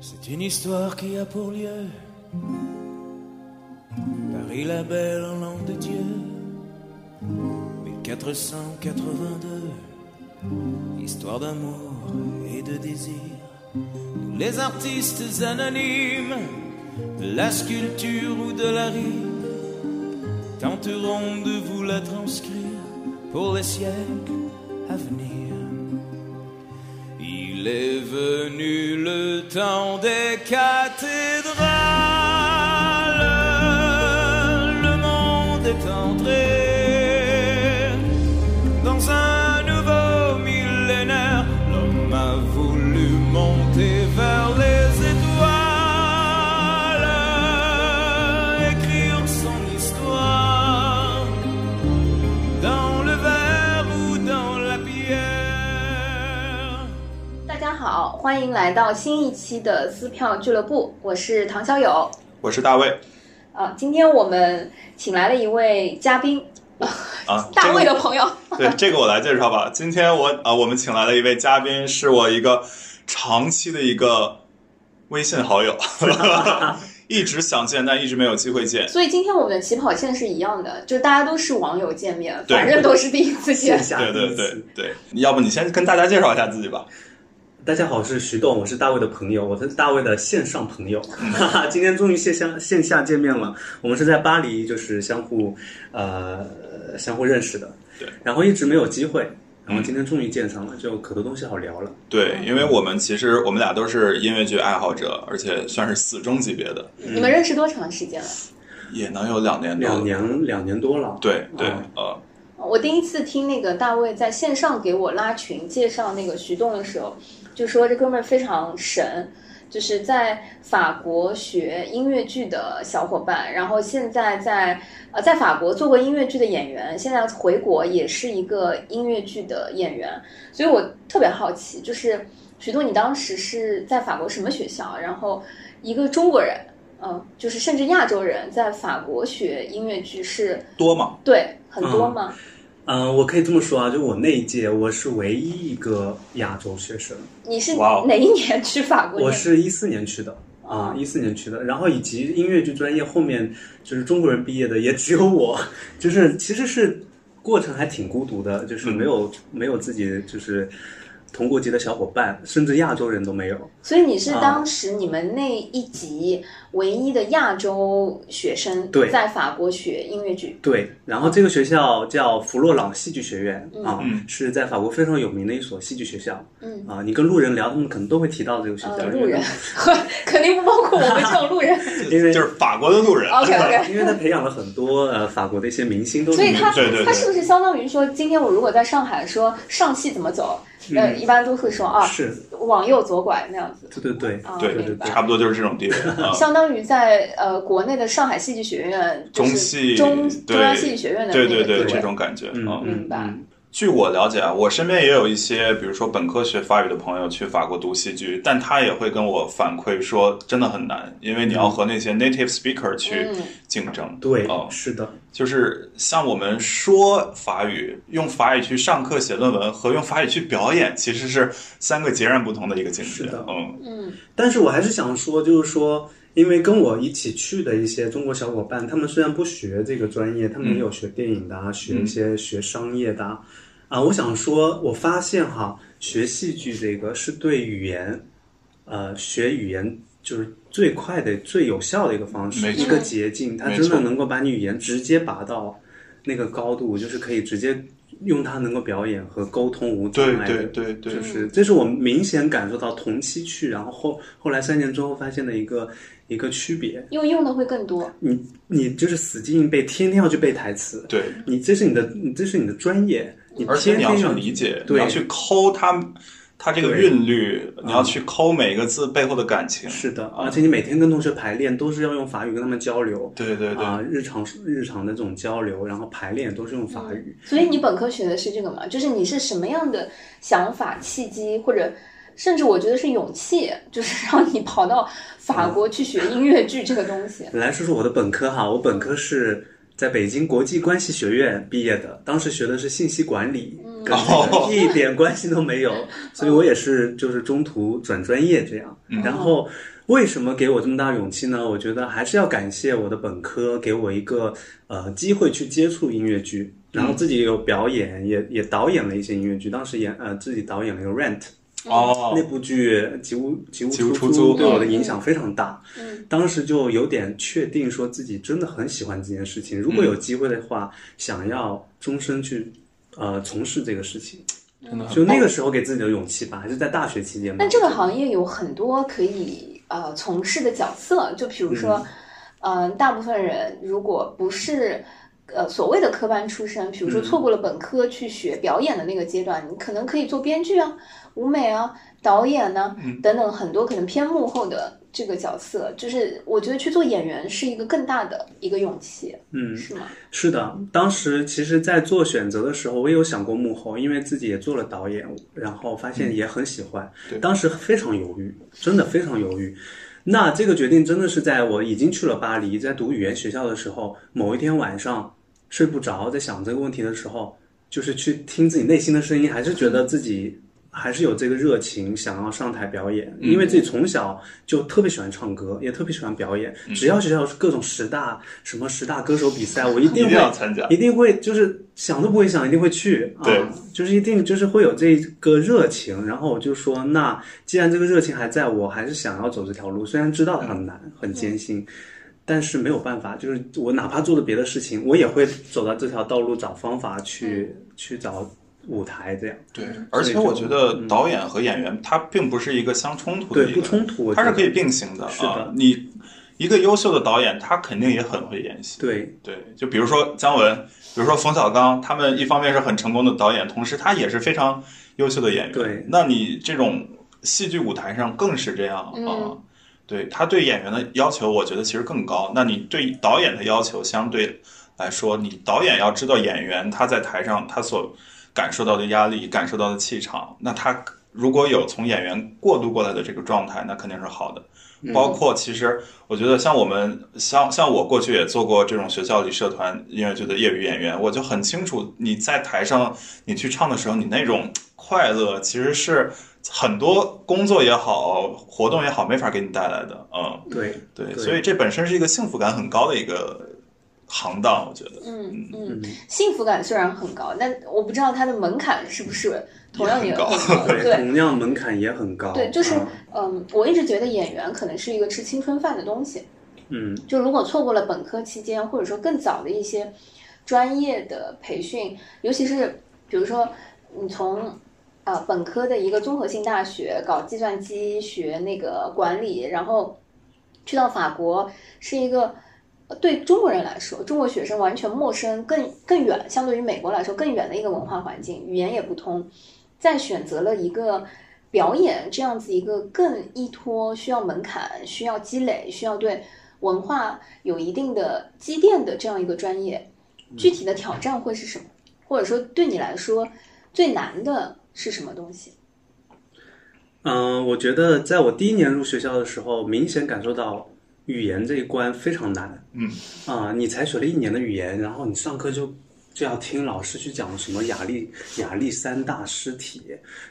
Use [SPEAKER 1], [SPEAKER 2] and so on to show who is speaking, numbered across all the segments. [SPEAKER 1] C'est une histoire qui a pour lieu Paris la belle en l'an de Dieu 1482 Histoire d'amour et de désir Nous les artistes anonymes De la sculpture ou de la rime Tenterons de vous la transcrire Pour les siècles à venir il est venu le temps des cathédrales. Le monde est entré dans un nouveau millénaire. L'homme a voulu monter vers les étoiles, écrire son histoire dans le verre ou dans la pierre.
[SPEAKER 2] 大家好，欢迎来到新一期的撕票俱乐部，我是唐小友。
[SPEAKER 3] 我是大卫
[SPEAKER 2] 啊，今天我们请来了一位嘉宾，
[SPEAKER 3] 啊，
[SPEAKER 2] 大卫
[SPEAKER 3] 这
[SPEAKER 2] 的朋友。
[SPEAKER 3] 个、对这个我来介绍吧。今天我啊，我们请来了一位嘉宾，是我一个长期的一个微信好友， 一直想见，但一直没有机会 见。
[SPEAKER 2] 所以今天我们的起跑线是一样的，就是大家都是网友见面，
[SPEAKER 3] 对
[SPEAKER 2] 反正都是第一次见
[SPEAKER 4] 线。
[SPEAKER 3] 对
[SPEAKER 4] 下第
[SPEAKER 3] 对
[SPEAKER 4] 一次
[SPEAKER 3] 对对，要不你先跟大家介绍一下自己吧。
[SPEAKER 4] 大家好，我是徐栋，我是大卫的朋友，我是大卫的线上朋友， 哈哈，今天终于线下线下见面了。我们是在巴黎，就是相互呃相互认识的，
[SPEAKER 3] 对，
[SPEAKER 4] 然后一直没有机会，然后今天终于见上了，就可多东西好聊了。
[SPEAKER 3] 对，因为我们其实我们俩都是音乐剧爱好者，而且算是死忠级别的，
[SPEAKER 2] 你们认识多长时间了？
[SPEAKER 3] 也能有两年多
[SPEAKER 4] 两
[SPEAKER 3] 了。
[SPEAKER 4] 年两年多了，
[SPEAKER 3] 对对
[SPEAKER 4] 嗯，
[SPEAKER 3] 呃，
[SPEAKER 2] 哦我第一次听那个大卫在线上给我拉群介绍那个徐栋的时候，就说这哥们儿非常神，就是在法国学音乐剧的小伙伴，然后现在在呃在法国做过音乐剧的演员，现在回国也是一个音乐剧的演员，所以我特别好奇，就是徐栋，你当时是在法国什么学校？然后一个中国人，嗯、就是甚至亚洲人在法国学音乐剧是
[SPEAKER 3] 呃多吗？
[SPEAKER 2] 对很多吗？
[SPEAKER 4] 嗯、我可以这么说啊，就我那一届，我是唯一一个亚洲学生，
[SPEAKER 2] 你是
[SPEAKER 3] 哇哦
[SPEAKER 2] 哪一年去法国念？
[SPEAKER 4] 我是一四年去的啊，一四年去的，然后以及音乐剧专业后面就是中国人毕业的也只有我， 就是其实是过程还挺孤独的，
[SPEAKER 2] 嗯
[SPEAKER 4] 就是没有、没有自己就是同国籍的小伙伴，甚至亚洲人都没有。
[SPEAKER 2] 所以你
[SPEAKER 3] 啊
[SPEAKER 2] 是当时你们那一级唯一的亚洲学生，
[SPEAKER 4] 对
[SPEAKER 2] 在法国学音乐剧。
[SPEAKER 4] 对，然后这个学校叫弗洛朗戏剧学院啊，
[SPEAKER 3] 嗯
[SPEAKER 4] 是在法国非常有名的一所戏剧学校
[SPEAKER 2] 嗯，
[SPEAKER 4] 啊。你跟路人聊，他们可能都会提到这个学校，
[SPEAKER 2] 呃，
[SPEAKER 4] 因为
[SPEAKER 2] 路人肯定不包括我们这种路 人。
[SPEAKER 4] 因为
[SPEAKER 3] 就是法国的路人。
[SPEAKER 2] OK OK。
[SPEAKER 4] 因为他培养了很多呃法国的一些明星，都是
[SPEAKER 2] 所以
[SPEAKER 4] 名
[SPEAKER 2] 他
[SPEAKER 3] 嗯对对对
[SPEAKER 2] 他是不是相当于说，今天我如果在上海说上戏怎么走，
[SPEAKER 3] 嗯
[SPEAKER 2] 呃，一般都会说啊，
[SPEAKER 4] 是，
[SPEAKER 2] 往右左拐那样子。
[SPEAKER 4] 对对对，
[SPEAKER 2] 啊，
[SPEAKER 3] 对
[SPEAKER 2] 明白。
[SPEAKER 3] 差不多就是这种地 位。啊。
[SPEAKER 2] 相当于在呃国内的上海戏剧学院，就
[SPEAKER 3] 中
[SPEAKER 2] 是
[SPEAKER 3] 戏
[SPEAKER 2] 中
[SPEAKER 3] 对
[SPEAKER 2] 中央戏剧学院的
[SPEAKER 3] 对
[SPEAKER 2] 那个
[SPEAKER 3] 对对，
[SPEAKER 2] 地
[SPEAKER 3] 这
[SPEAKER 2] 位
[SPEAKER 3] 种感觉。
[SPEAKER 4] 嗯
[SPEAKER 3] 嗯，
[SPEAKER 2] 明白
[SPEAKER 4] 嗯
[SPEAKER 3] 据我了解啊，我身边也有一些，比如说本科学法语的朋友去法国读戏剧，但他也会跟我反馈说，真的很难，因为你要和那些 native speaker 去
[SPEAKER 2] 嗯
[SPEAKER 3] 竞争。
[SPEAKER 4] 对，
[SPEAKER 3] 哦，
[SPEAKER 4] 是的，
[SPEAKER 3] 就是像我们说法语，用法语去上课写论文和用法语去表演，其实是三个截然不同的一个境
[SPEAKER 4] 是
[SPEAKER 3] 界
[SPEAKER 4] 的。
[SPEAKER 3] 嗯，
[SPEAKER 2] 嗯
[SPEAKER 4] 但是我还是想说，就是说，因为跟我一起去的一些中国小伙伴，他们虽然不学这个专业，他们也有学电影的、啊，学一
[SPEAKER 2] 嗯
[SPEAKER 4] 些学商业的啊。啊，我想说，我发现哈，学戏剧这个是对语言，呃，学语言就是最快的、最有效的一个方
[SPEAKER 3] 没
[SPEAKER 4] 式，
[SPEAKER 3] 错
[SPEAKER 4] 一个捷径，它
[SPEAKER 3] 没
[SPEAKER 4] 真的
[SPEAKER 3] 错
[SPEAKER 4] 能够把你语言直接拔到那个高度，就是可以直接用它能够表演和沟通无障
[SPEAKER 3] 对
[SPEAKER 4] 碍的
[SPEAKER 3] 对对对
[SPEAKER 4] 就，是这是我明显感受到同期去，然后后后来三年之后发现的一个一个区别。
[SPEAKER 2] 因为用的会更多。
[SPEAKER 4] 你你就是死记硬背，天天要去背台词，
[SPEAKER 3] 对。
[SPEAKER 4] 你这是你的你这是你的专业，你
[SPEAKER 3] 而且
[SPEAKER 4] 天
[SPEAKER 3] 你要
[SPEAKER 4] 天
[SPEAKER 3] 去
[SPEAKER 4] 要
[SPEAKER 3] 理解，你
[SPEAKER 4] 对
[SPEAKER 3] 要去抠它，它这个
[SPEAKER 4] 对
[SPEAKER 3] 韵律，你要去抠每个字背后的感情。
[SPEAKER 4] 嗯是的，而且你每天跟同学排练都是要用法语跟他们交流。
[SPEAKER 3] 啊对对对，
[SPEAKER 4] 啊，日常日常的这种交流，然后排练都是用法语。
[SPEAKER 2] 所以你本科学的是这个嘛？就是你是什么样的想法、契机，或者甚至我觉得是勇气，就是让你跑到法国去学音乐剧这个东西。
[SPEAKER 4] 来说说我的本科哈，我本科是在北京国际关系学院毕业的，当时学的是信息管理，
[SPEAKER 2] 嗯
[SPEAKER 4] 跟
[SPEAKER 3] 哦
[SPEAKER 4] 这个一点关系都没有，所以我也是就是中途转专业这样。
[SPEAKER 3] 嗯
[SPEAKER 4] 然后为什么给我这么大勇气呢？我觉得还是要感谢我的本科给我一个呃机会去接触音乐剧，然后自己有表演，也也导演了一些音乐剧，当时演呃自己导演了一个 Rent。
[SPEAKER 3] 哦
[SPEAKER 4] 那，部剧《吉屋吉屋
[SPEAKER 3] 吉屋出
[SPEAKER 4] 出
[SPEAKER 3] 租
[SPEAKER 4] 对我的
[SPEAKER 2] 嗯
[SPEAKER 4] 影响非常大。
[SPEAKER 2] 嗯
[SPEAKER 4] 当时就有点确定说自己真的很喜欢这件事情，如
[SPEAKER 3] 嗯
[SPEAKER 4] 果有机会的话，想要终身去呃从事这个事情。
[SPEAKER 3] 真的很
[SPEAKER 4] 就那个时候给自己的勇气吧，还是在大学期间吧。
[SPEAKER 2] 但这个行业有很多可以呃从事的角色，就比如说，嗯、大部分人如果不是呃所谓的科班出身，比如说错过了本科去学表演的那个阶段，你可能可以做编剧啊、舞美啊、导演呐、等等很多可能偏幕后的这个角色，就是我觉得去做演员是一个更大的一个勇气，
[SPEAKER 4] 嗯，
[SPEAKER 2] 是吗？
[SPEAKER 4] 是的，当时其实，在做选择的时候，我也有想过幕后，因为自己也做了导演，然后发
[SPEAKER 3] 嗯
[SPEAKER 4] 现也很喜欢。
[SPEAKER 3] 对
[SPEAKER 4] 当时非常犹豫，真的非常犹豫。那这个决定真的是在我已经去了巴黎，在读语言学校的时候，某一天晚上睡不着，在想这个问题的时候，就是去听自己内心的声音，还是觉得自己
[SPEAKER 3] 嗯
[SPEAKER 4] 还是有这个热情，想要上台表演，因为自己从小就特别喜欢唱歌，也特别喜欢表演。
[SPEAKER 3] 嗯
[SPEAKER 4] 只要学校有各种十大什么十大歌手比赛，我一定
[SPEAKER 3] 一定
[SPEAKER 4] 会
[SPEAKER 3] 要参加
[SPEAKER 4] 一定会就是想都不会想，一定会去。啊、
[SPEAKER 3] 对，
[SPEAKER 4] 就是一定就是会有这个热情。然后我就说，那既然这个热情还在我，还是想要走这条路，虽然知道它很难、很艰
[SPEAKER 3] 嗯
[SPEAKER 4] 辛。但是没有办法，就是我哪怕做了别的事情，我也会走到这条道路，找方法去、
[SPEAKER 3] 嗯
[SPEAKER 4] 去找舞台，这样
[SPEAKER 3] 对，而且我觉得导演和演员他并不是一个相冲突的
[SPEAKER 4] 嗯对
[SPEAKER 3] 一
[SPEAKER 4] 不
[SPEAKER 3] 个，
[SPEAKER 4] 冲突，我
[SPEAKER 3] 它
[SPEAKER 4] 觉
[SPEAKER 3] 是
[SPEAKER 4] 得
[SPEAKER 3] 可以并行的
[SPEAKER 4] 是的
[SPEAKER 3] 啊。你一个优秀的导演，他肯定也很会演戏。
[SPEAKER 4] 对
[SPEAKER 3] 对，就比如说姜文，比如说冯小刚，他们一方面是很成功的导演，同时他也是非常优秀的演员。
[SPEAKER 4] 对
[SPEAKER 3] 那你这种戏剧舞台上更是这样啊。
[SPEAKER 2] 嗯
[SPEAKER 3] 对他对演员的要求，我觉得其实更高。那你对导演的要求，相对来说，你导演要知道演员他在台上他所感受到的压力、感受到的气场，那他如果有从演员过渡过来的这个状态，那肯定是好的。包括其实，我觉得像我们像像我过去也做过这种学校里社团音乐剧的业余演员，我就很清楚你在台上你去唱的时候，你那种快乐其实是很多工作也好、活动也好没法给你带来的。嗯，
[SPEAKER 4] 对
[SPEAKER 3] 对，
[SPEAKER 4] 对
[SPEAKER 3] 所以这本身是一个幸福感很高的一个行当，我觉得
[SPEAKER 2] 嗯嗯
[SPEAKER 4] 嗯，
[SPEAKER 2] 幸福感虽然很高，但我不知道它的门槛是不是同样也
[SPEAKER 3] 也很高
[SPEAKER 2] 很高对，
[SPEAKER 4] 同样门槛也很高，
[SPEAKER 2] 对，就是
[SPEAKER 4] 啊
[SPEAKER 2] 嗯，我一直觉得演员可能是一个吃青春饭的东西。
[SPEAKER 4] 嗯
[SPEAKER 2] 就如果错过了本科期间，或者说更早的一些专业的培训，尤其是比如说你从呃本科的一个综合性大学搞计算机学那个管理，然后去到法国是一个。呃对中国人来说，中国学生完全陌生，更更远，相对于美国来说更远的一个文化环境，语言也不通，再选择了一个表演这样子一个更依托需要门槛、需要积累、需要对文化有一定的积淀的这样一个专业，
[SPEAKER 4] 嗯
[SPEAKER 2] 具体的挑战会是什么？或者说对你来说最难的是什么东西？
[SPEAKER 4] 嗯、我觉得在我第一年入学校的时候，明显感受到语言这一关非常难。
[SPEAKER 3] 嗯
[SPEAKER 4] 啊、你才学了一年的语言，然后你上课就就要听老师去讲什么亚历亚历山大尸体，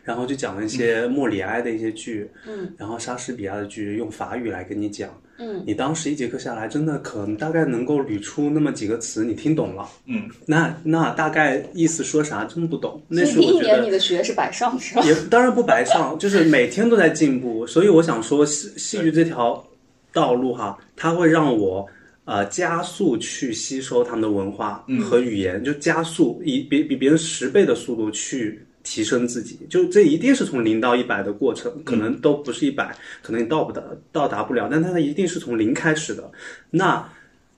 [SPEAKER 4] 然后就讲一些
[SPEAKER 3] 嗯
[SPEAKER 4] 莫里埃的一些剧，
[SPEAKER 2] 嗯
[SPEAKER 4] 然后莎士比亚的剧用法语来跟你讲。
[SPEAKER 2] 嗯
[SPEAKER 4] 你当时一节课下来，真的可能大概能够捋出那么几个词，你听懂了。
[SPEAKER 3] 嗯，
[SPEAKER 4] 那那大概意思说啥，真不懂。那
[SPEAKER 2] 所以第
[SPEAKER 4] 是
[SPEAKER 2] 一
[SPEAKER 4] 我觉
[SPEAKER 2] 年
[SPEAKER 4] 得
[SPEAKER 2] 你的学是摆上是吧？
[SPEAKER 4] 也当然不白上，就是每天都在进步。所以我想说，戏戏剧这条道路哈，它会让我呃加速去吸收他们的文化和语言，就加速以比比别人十倍的速度去。提升自己，就这一定是从零到一百的过程，可能都不是一百，可能你到不到到达不了，但它一定是从零开始的。那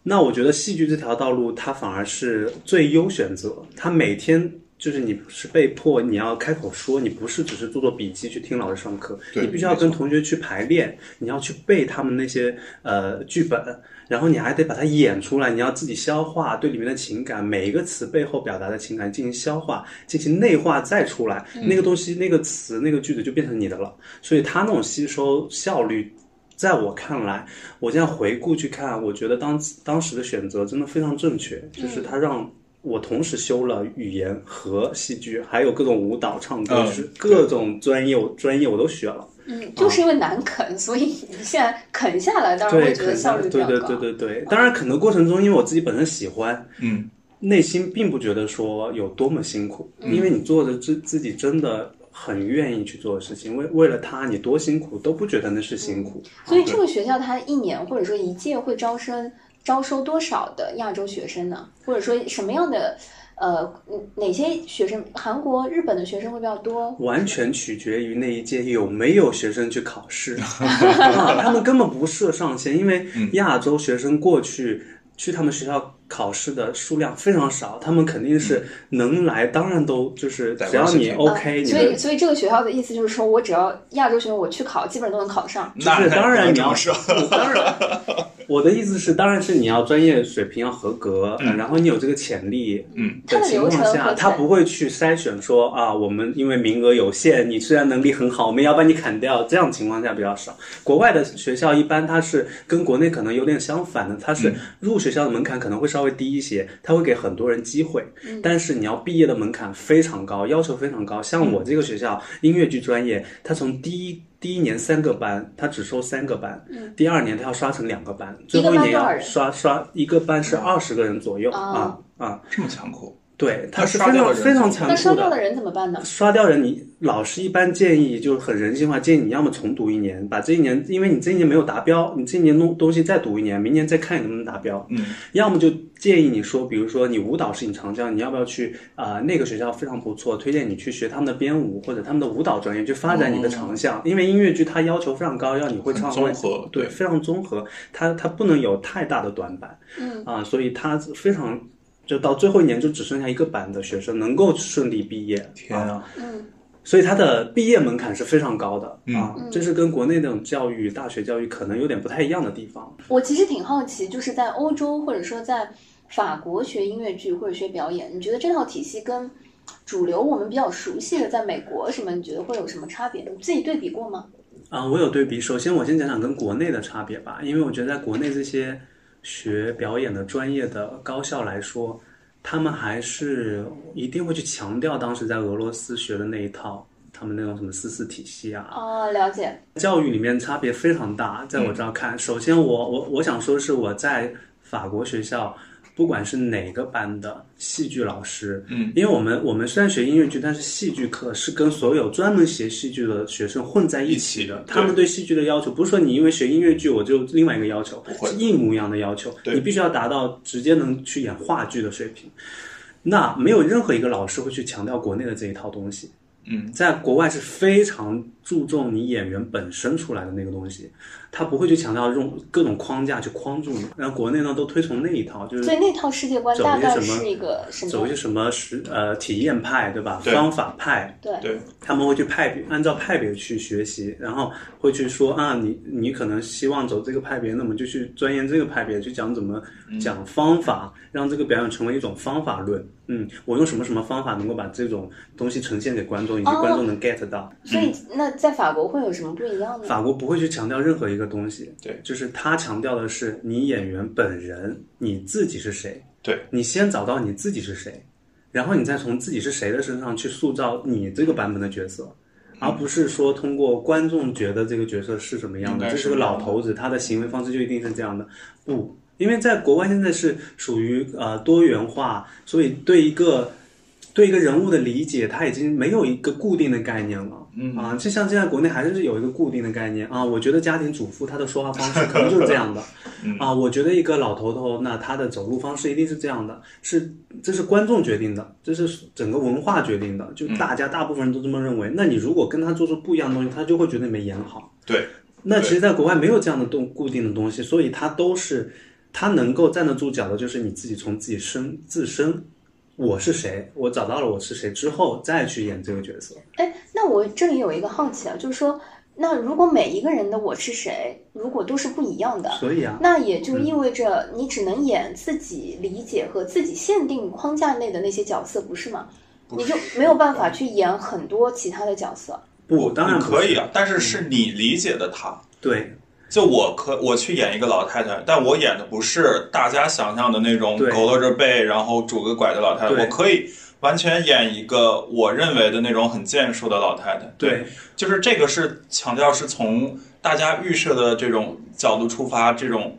[SPEAKER 4] 那我觉得戏剧这条道路，它反而是最优选择。它每天就是你是被迫你要开口说，你不是只是做做笔记去听老师上课，
[SPEAKER 3] 对
[SPEAKER 4] 你必须要跟同学去排练，你要去背他们那些呃剧本，然后你还得把它演出来，你要自己消化对里面的情感，每一个词背后表达的情感进行消化，进行内化再出来，那个东西、那个词、那个句子就变成你的了。所以它那种吸收效率。在我看来，我现在回顾去看，我觉得当当时的选择真的非常正确，
[SPEAKER 2] 嗯
[SPEAKER 4] 就是它让我同时修了语言和戏剧，还有各种舞蹈、唱歌，
[SPEAKER 3] 嗯
[SPEAKER 4] 就是各种专业我专业我都学了。
[SPEAKER 2] 嗯，就是因为难啃，所以你现在啃下来，当然
[SPEAKER 4] 对，
[SPEAKER 2] 会啊觉
[SPEAKER 4] 可
[SPEAKER 2] 得
[SPEAKER 4] 能
[SPEAKER 2] 效率比
[SPEAKER 4] 对
[SPEAKER 2] 较
[SPEAKER 4] 对
[SPEAKER 2] 高。嗯
[SPEAKER 4] 对对对。当然，可能过程中，因为我自己本身喜欢，
[SPEAKER 3] 嗯，
[SPEAKER 4] 内心并不觉得说有多么辛苦，
[SPEAKER 2] 嗯
[SPEAKER 4] 因为你做着自自己真的很愿意去做的事情，为为了他，你多辛苦都不觉得那是辛苦。
[SPEAKER 2] 嗯
[SPEAKER 4] 嗯
[SPEAKER 2] 所以这个学校它一年或者说一届会招生招收多少的亚洲学生呢？或者说什么样的呃嗯哪些学生？韩国、日本的学生会比较多？
[SPEAKER 4] 完全取决于那一届有没有学生去考试，啊、他们根本不设上限，因为亚洲学生过去、去他们学校考试的数量非常少，他们肯定是能来，当然都就是
[SPEAKER 3] 在
[SPEAKER 4] 只要
[SPEAKER 3] 外
[SPEAKER 4] 你
[SPEAKER 3] 省
[SPEAKER 4] OK，、
[SPEAKER 2] 啊
[SPEAKER 4] 你
[SPEAKER 2] 所以
[SPEAKER 4] 的
[SPEAKER 2] 所以这个学校的意思就是说我只要亚洲学生我去考，基本上都能考上。
[SPEAKER 4] 就
[SPEAKER 3] 那
[SPEAKER 4] 是当然你要
[SPEAKER 3] 要说，
[SPEAKER 4] 当然，我的意思是，当然是你要专业水平要合格，然后你有这个潜力，
[SPEAKER 3] 嗯，
[SPEAKER 4] 的情况
[SPEAKER 2] 它的流程
[SPEAKER 4] 下，
[SPEAKER 2] 和
[SPEAKER 4] 他不会去筛选说啊，我们因为名额有限，你虽然能力很好，我们要把你砍掉，这样情况下比较少。国外的学校一般它是跟国内可能有点相反的，它是入学校的门槛可能会稍微低一些，它会给很多人机会，但是你要毕业的门槛非常高，要求非常高。像我这个学校音乐剧专业，它从第一。第一年三个班，它只收三个班，第二年它要刷成两个班，最后一年
[SPEAKER 2] 一个班多少
[SPEAKER 4] 要
[SPEAKER 2] 人
[SPEAKER 4] 刷刷一个班是二十个人左右啊
[SPEAKER 2] 哦
[SPEAKER 4] 啊，
[SPEAKER 3] 这么残酷，
[SPEAKER 4] 对，它
[SPEAKER 3] 那
[SPEAKER 4] 是
[SPEAKER 3] 刷
[SPEAKER 4] 非
[SPEAKER 3] 掉
[SPEAKER 4] 常
[SPEAKER 3] 的人
[SPEAKER 4] 非常
[SPEAKER 3] 怎
[SPEAKER 4] 残
[SPEAKER 2] 那
[SPEAKER 4] 酷
[SPEAKER 2] 收到的
[SPEAKER 4] 的。
[SPEAKER 2] 人怎么办呢？
[SPEAKER 4] 刷掉人，你老师一般建议就是很人性化，建议你要么重读一年，把这一年，因为你这一年没有达标，你这一年弄东西再读一年，明年再看你能不能达标。
[SPEAKER 3] 嗯，
[SPEAKER 4] 要么就建议你说，比如说你舞蹈是你长项，你要不要去啊、呃那个学校非常不错，推荐你去学他们的编舞或者他们的舞蹈专业，去发展你的长项。因为音乐剧它要求非常高，要你会唱
[SPEAKER 3] 综
[SPEAKER 4] 会
[SPEAKER 3] 合
[SPEAKER 4] 对，非常综合，它它不能有太大的短板，嗯啊，所以它非常就到最后一年就只剩下一个班的学生能够顺利毕业，
[SPEAKER 3] 天
[SPEAKER 4] 啊，
[SPEAKER 3] 啊，
[SPEAKER 4] 所以它的毕业门槛是非常高的、
[SPEAKER 3] 嗯
[SPEAKER 4] 啊，这是跟国内那种教育、大学教育可能有点不太一样的地方。
[SPEAKER 2] 我其实挺好奇，就是在欧洲或者说在法国学音乐剧或者学表演，你觉得这套体系跟主流我们比较熟悉的在美国什么，你觉得会有什么差别？你自己对比过吗？
[SPEAKER 4] 啊，我有对比。首先，我先讲讲跟国内的差别吧，因为我觉得在国内这些学表演的专业的高校来说，他们还是一定会去强调当时在俄罗斯学的那一套，他们那种什么四四体系啊，
[SPEAKER 2] 哦，了解，
[SPEAKER 4] 教育里面差别非常大，在我
[SPEAKER 3] 嗯
[SPEAKER 4] 这儿看，首先我我我想说是我在法国学校，不管是哪个班的戏剧老师，
[SPEAKER 3] 嗯，
[SPEAKER 4] 因为我们我们虽然学音乐剧，但是戏剧课是跟所有专门学戏剧的学生混在一起的
[SPEAKER 3] 一起，
[SPEAKER 4] 他们对戏剧的要求不是说你因为学音乐剧我就另外一个要求，
[SPEAKER 3] 会
[SPEAKER 4] 是一模一样的要求，
[SPEAKER 3] 对
[SPEAKER 4] 你必须要达到直接能去演话剧的水平。那没有任何一个老师会去强调国内的这一套东西，
[SPEAKER 3] 嗯，
[SPEAKER 4] 在国外是非常注重你演员本身出来的那个东西，他不会去强调用各种框架去框住你。然后国内呢都推崇那一套，就是
[SPEAKER 2] 所以那套世界观
[SPEAKER 4] 走
[SPEAKER 2] 大
[SPEAKER 4] 一些
[SPEAKER 2] 概
[SPEAKER 4] 什么
[SPEAKER 2] 是一个什
[SPEAKER 4] 走
[SPEAKER 2] 么
[SPEAKER 4] 一些？什么实呃体验派，对吧？
[SPEAKER 3] 对
[SPEAKER 4] 方法派，
[SPEAKER 2] 对，
[SPEAKER 3] 对，
[SPEAKER 4] 他们会去派别，按照派别去学习，然后会去说啊，你你可能希望走这个派别，那么就去钻研这个派别，去讲怎么
[SPEAKER 3] 嗯
[SPEAKER 4] 讲方法，让这个表演成为一种方法论。嗯，我用什么什么方法能够把这种东西呈现给观众，以及
[SPEAKER 2] 哦
[SPEAKER 4] 观众能 get 到。
[SPEAKER 2] 所以那在法国会有什么不一样呢？
[SPEAKER 4] 嗯法国不会去强调任何一个东西，
[SPEAKER 3] 对
[SPEAKER 4] 就是他强调的是你演员本人，你自己是谁，
[SPEAKER 3] 对，
[SPEAKER 4] 你先找到你自己是谁，然后你再从自己是谁的身上去塑造你这个版本的角色，
[SPEAKER 3] 嗯
[SPEAKER 4] 而不是说通过观众觉得这个角色是什么样
[SPEAKER 3] 应
[SPEAKER 4] 的，
[SPEAKER 3] 该
[SPEAKER 4] 这
[SPEAKER 3] 是
[SPEAKER 4] 是个老头子，他的行为方式就一定是这样的，不，因为在国外现在是属于呃多元化，所以对一个。对一个人物的理解，他已经没有一个固定的概念了。嗯啊，就像现在国内还是有一个固定的概念啊。我觉得家庭主妇她的说话方 式可能就是这样的，
[SPEAKER 3] 嗯
[SPEAKER 4] 啊，我觉得一个老头头，那他的走路方式一定是这样的，是这是观众决定的，这是整个文化决定的，就
[SPEAKER 3] 嗯
[SPEAKER 4] 大家大部分人都这么认为。那你如果跟他做出不一样的东西，他就会觉得你没演好。
[SPEAKER 3] 对，
[SPEAKER 4] 那其实，在国外没有这样的东固定的东西，所以它都是它能够站得住脚的，就是你自己从自己身自身，我是谁，我找到了我是谁之后，再去演这个角色。
[SPEAKER 2] 哎，那我这里有一个好奇啊，就是说，那如果每一个人的我是谁，如果都是不一样的，
[SPEAKER 4] 所以啊，
[SPEAKER 2] 那也就意味着
[SPEAKER 4] 嗯
[SPEAKER 2] 你只能演自己理解和自己限定框架内的那些角色，不是吗？你就没有办法去演很多其他的角色。
[SPEAKER 4] 不，当然
[SPEAKER 3] 你
[SPEAKER 4] 不
[SPEAKER 3] 可以啊
[SPEAKER 4] 是
[SPEAKER 3] 啊，但是是你理解的他，
[SPEAKER 4] 对。
[SPEAKER 3] 就我可我去演一个老太太，但我演的不是大家想象的那种
[SPEAKER 4] 对
[SPEAKER 3] 佝偻着背然后拄个拐的老太太，
[SPEAKER 4] 对
[SPEAKER 3] 我可以完全演一个我认为的那种很健硕的老太太。
[SPEAKER 4] 对，
[SPEAKER 3] 就是这个是强调是从大家预设的这种角度出发，这种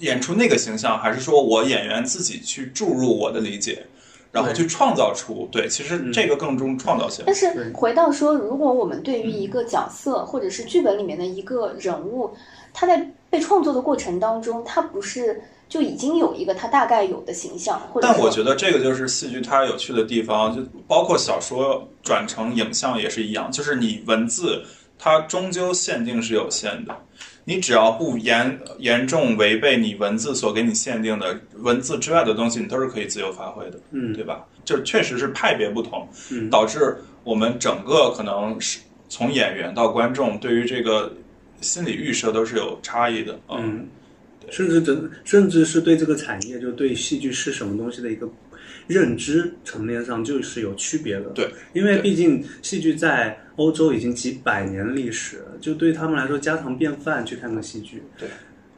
[SPEAKER 3] 演出那个形象，还是说我演员自己去注入我的理解，然后去创造出对？其
[SPEAKER 4] 嗯
[SPEAKER 3] 实这个更重创造性。
[SPEAKER 2] 但
[SPEAKER 4] 对
[SPEAKER 2] 是回到说，如果我们对于一个角
[SPEAKER 3] 嗯
[SPEAKER 2] 色或者是剧本里面的一个人物，他在被创作的过程当中，他不是就已经有一个他大概有的形象，或者
[SPEAKER 3] 但我
[SPEAKER 2] 说
[SPEAKER 3] 觉得这个就是戏剧它有趣的地方，就包括小说转成影像也是一样，就是你文字它终究限定是有限的，你只要不严严重违背你文字所给你限定的文字之外的东西，你都是可以自由发挥的，
[SPEAKER 4] 嗯
[SPEAKER 3] 对吧？就确实是派别不同，
[SPEAKER 4] 嗯
[SPEAKER 3] 导致我们整个可能是从演员到观众对于这个心理预设都是有差异的，嗯
[SPEAKER 4] 嗯，甚至整甚至是对这个产业，就对戏剧是什么东西的一个认知层面上，就是有区别的。
[SPEAKER 3] 对，
[SPEAKER 4] 因为毕竟戏剧在欧洲已经几百年历史，就对他们来说家常便饭去看个戏剧。
[SPEAKER 3] 对，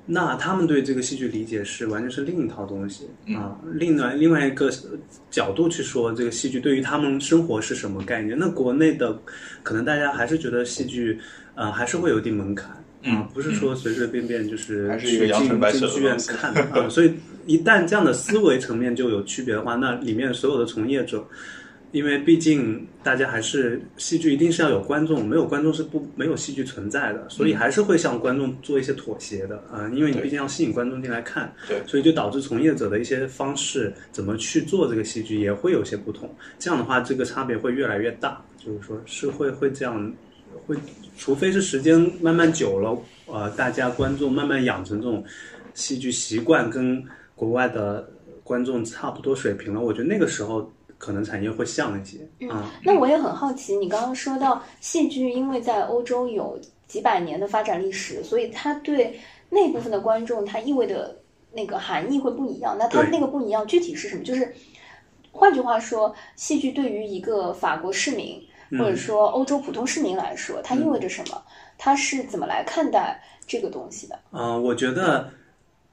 [SPEAKER 4] 那他们对这个戏剧理解是完全是另一套东西、
[SPEAKER 3] 嗯
[SPEAKER 4] 啊，另外另外一个角度去说这个戏剧对于他们生活是什么概念。那国内的可能大家还是觉得戏剧，呃，还是会有一定门槛。
[SPEAKER 3] 嗯
[SPEAKER 4] 啊，不是说随随便便就是
[SPEAKER 3] 还是一个
[SPEAKER 4] 去
[SPEAKER 3] 阳春
[SPEAKER 4] 进
[SPEAKER 3] 白雪
[SPEAKER 4] 进
[SPEAKER 3] 的
[SPEAKER 4] 剧院
[SPEAKER 3] 东西
[SPEAKER 4] 看的啊，所以一旦这样的思维层面就有区别的话，那里面所有的从业者，因为毕竟大家还是戏剧一定是要有观众，没有观众是不没有戏剧存在的，所以还是会向观众做一些妥协的啊、因为你
[SPEAKER 3] 嗯对
[SPEAKER 4] 毕竟要吸引观众进来看，
[SPEAKER 3] 对
[SPEAKER 4] 所以就导致从业者的一些方式怎么去做这个戏剧也会有些不同，这样的话这个差别会越来越大，就是说是会会这样会，除非是时间慢慢久了，呃，大家观众慢慢养成这种戏剧习惯，跟国外的观众差不多水平了，我觉得那个时候可能产业会像一些啊、
[SPEAKER 2] 那我也很好奇，你刚刚说到戏剧，因为在欧洲有几百年的发展历史，所以它对那部分的观众，它意味的那个含义会不一样。那它
[SPEAKER 4] 对
[SPEAKER 2] 那个不一样具体是什么？就是换句话说，戏剧对于一个法国市民或
[SPEAKER 4] 嗯
[SPEAKER 2] 者说欧洲普通市民来说，它意味着什么？它是怎么来看待这个东西的？
[SPEAKER 4] 呃，我觉得，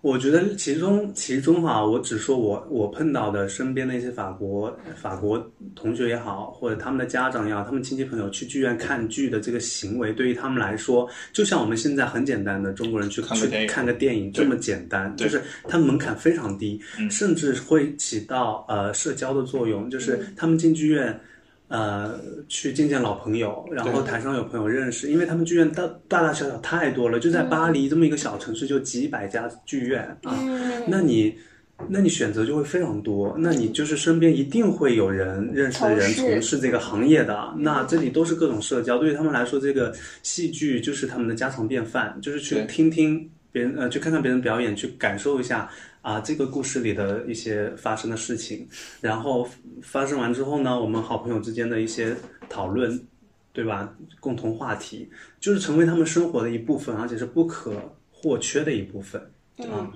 [SPEAKER 4] 我觉得其中其中哈、我只说我我碰到的身边的一些法国法国同学也好，或者他们的家长也好，他们亲戚朋友去剧院看剧的这个行为，对于他们来说，就像我们现在很简单的中国人去
[SPEAKER 3] 看个电
[SPEAKER 4] 去
[SPEAKER 3] 影
[SPEAKER 4] 看个电影这么简单，
[SPEAKER 3] 对
[SPEAKER 4] 就是它门槛非常低，
[SPEAKER 3] 嗯
[SPEAKER 4] 甚至会起到呃社交的作用，就是
[SPEAKER 3] 嗯
[SPEAKER 4] 他们进剧院。呃，去见见老朋友，然后
[SPEAKER 3] 对
[SPEAKER 4] 台上有朋友认识，因为他们剧院大大大小小太多了，就在巴黎这么一个小城市，就几百家剧院啊。
[SPEAKER 2] 嗯，
[SPEAKER 4] 那你，那你选择就会非常多，那你就是身边一定会有人认识的人
[SPEAKER 2] 从事
[SPEAKER 4] 从事这个行业的，啊那这里都是各种社交，对于他们来说，这个戏剧就是他们的家常便饭，就是去
[SPEAKER 3] 对
[SPEAKER 4] 听听别人呃，去看看别人表演，去感受一下啊这个故事里的一些发生的事情，然后发生完之后呢，我们好朋友之间的一些讨论，对吧？共同话题就是成为他们生活的一部分，而且是不可或缺的一部分。啊，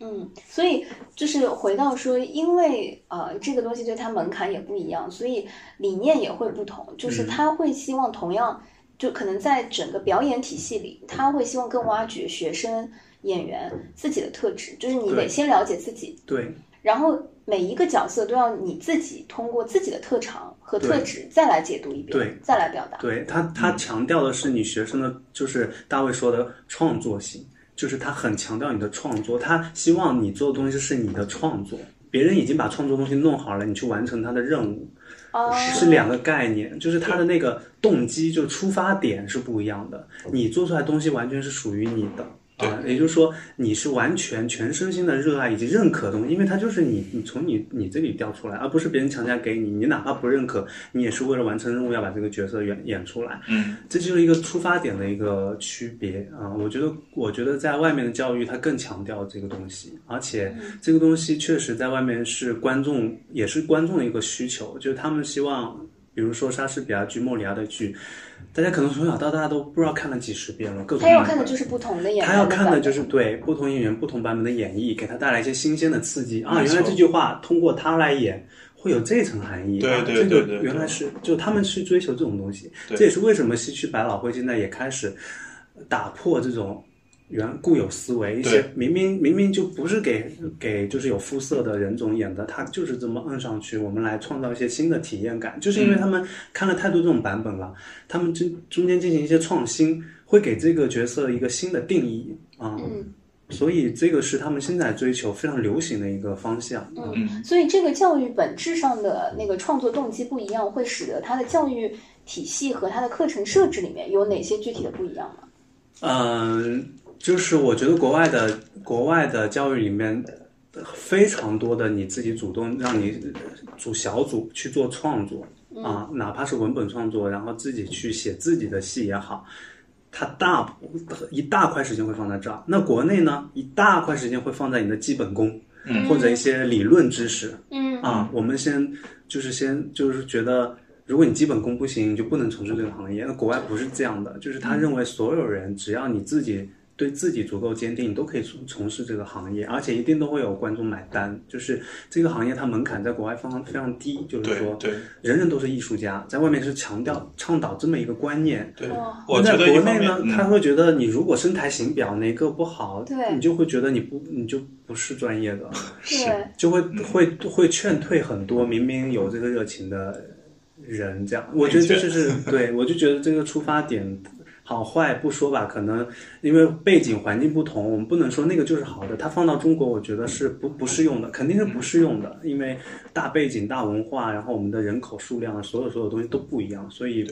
[SPEAKER 2] 嗯，所以就是回到说，因为呃，这个东西对它门槛也不一样，所以理念也会不同。就是
[SPEAKER 4] 嗯
[SPEAKER 2] 他会希望同样，就可能在整个表演体系里，他会希望更挖掘学生、演员自己的特质，就是你
[SPEAKER 4] 对
[SPEAKER 2] 得先了解自己，
[SPEAKER 4] 对。
[SPEAKER 2] 然后每一个角色都要你自己通过自己的特长和特
[SPEAKER 4] 对
[SPEAKER 2] 质再来解读一遍，
[SPEAKER 4] 对
[SPEAKER 2] 再来表达。
[SPEAKER 4] 对他，他强调的是你学生的，就是大卫说的创作性，就是他很强调你的创作，他希望你做的东西是你的创作，别人已经把创作东西弄好了，你去完成他的任务，
[SPEAKER 2] 哦，
[SPEAKER 4] 是两个概念，就是他的那个动机，就出发点是不一样的。你做出来的东西完全是属于你的，啊，也就是说你是完全全身心的热爱以及认可的东西，因为它就是你你从你你这里调出来，而不是别人强加给你。你哪怕不认可，你也是为了完成任务要把这个角色演演出来。
[SPEAKER 3] 嗯，
[SPEAKER 4] 这就是一个出发点的一个区别啊、我觉得，我觉得在外面的教育它更强调这个东西，而且
[SPEAKER 2] 嗯
[SPEAKER 4] 这个东西确实在外面是观众，也是观众的一个需求，就是他们希望，比如说莎士比亚剧、莫里亚的剧，大家可能从小到大都不知道看了几十遍了，各种
[SPEAKER 2] 他要
[SPEAKER 4] 版
[SPEAKER 2] 看的
[SPEAKER 4] 本
[SPEAKER 2] 就是不同的演员
[SPEAKER 4] 他要
[SPEAKER 2] 的
[SPEAKER 4] 看
[SPEAKER 2] 版
[SPEAKER 4] 的
[SPEAKER 2] 本
[SPEAKER 4] 就是对不同演员、不同版本的演绎，给他带来一些新鲜的刺激啊！
[SPEAKER 3] 没
[SPEAKER 4] 原
[SPEAKER 3] 错
[SPEAKER 4] 来这句话通过他来演会有这层含义，
[SPEAKER 3] 对
[SPEAKER 4] 啊
[SPEAKER 3] 对
[SPEAKER 4] 这
[SPEAKER 3] 对
[SPEAKER 4] 个
[SPEAKER 3] 对对
[SPEAKER 4] 原来是就他们去追求这种东西，
[SPEAKER 3] 对
[SPEAKER 4] 这也是为什么西区百老汇现在也开始打破这种原固有思维，一
[SPEAKER 3] 对
[SPEAKER 4] 些明明明明就不是给给就是有肤色的人种演的，他就是这么摁上去，我们来创造一些新的体验感，就是
[SPEAKER 3] 嗯
[SPEAKER 4] 因为他们看了太多这种版本了，他们中中间进行一些创新，会给这个角色一个新的定义啊，
[SPEAKER 2] 嗯
[SPEAKER 4] 所以这个是他们现在追求非常流行的一个方向啊。
[SPEAKER 3] 嗯，
[SPEAKER 2] 所以这个教育本质上的那个创作动机不一样，会使得它的教育体系和它的课程设置里面有哪些具体的不一样吗？
[SPEAKER 4] 嗯，就是我觉得国外的国外的教育里面非常多的你自己主动让你组小组去做创作啊，哪怕是文本创作，然后自己去写自己的戏也好。它大部一大块时间会放在这儿，那国内呢，一大块时间会放在你的基本功，
[SPEAKER 3] 嗯
[SPEAKER 4] 或者一些理论知识，
[SPEAKER 2] 嗯
[SPEAKER 4] 啊，我们先就是先就是觉得，如果你基本功不行，你就不能从事这个行业。那国外不是这样的，就是
[SPEAKER 3] 嗯
[SPEAKER 4] 他认为所有人只要你自己对自己足够坚定，你都可以从从事这个行业，而且一定都会有观众买单。就是这个行业它门槛在国外非常非常低，就
[SPEAKER 3] 嗯
[SPEAKER 4] 是
[SPEAKER 3] 对
[SPEAKER 4] 说
[SPEAKER 3] 对嗯
[SPEAKER 4] 人人都是艺术家，在外面是强调倡导这么一个观念。
[SPEAKER 3] 对
[SPEAKER 2] 哇，
[SPEAKER 3] 我
[SPEAKER 4] 在
[SPEAKER 3] 觉得一
[SPEAKER 4] 国
[SPEAKER 3] 方
[SPEAKER 4] 内
[SPEAKER 3] 面
[SPEAKER 4] 呢，，
[SPEAKER 3] 嗯
[SPEAKER 4] 他会觉得你如果身材形表哪个不好，
[SPEAKER 2] 对
[SPEAKER 4] 你就会觉得你不你就不是专业的。
[SPEAKER 2] 对，
[SPEAKER 4] 就会会会劝退很多明明有这个热情的人，这样我觉得这就是对我就觉得这个出发点好坏不说吧，可能因为背景环境不同，我们不能说那个就是好的。它放到中国，我觉得是不不适用的，肯定是不适用的，因为大背景、大文化，然后我们的人口数量，啊所有所有东西都不一样，所以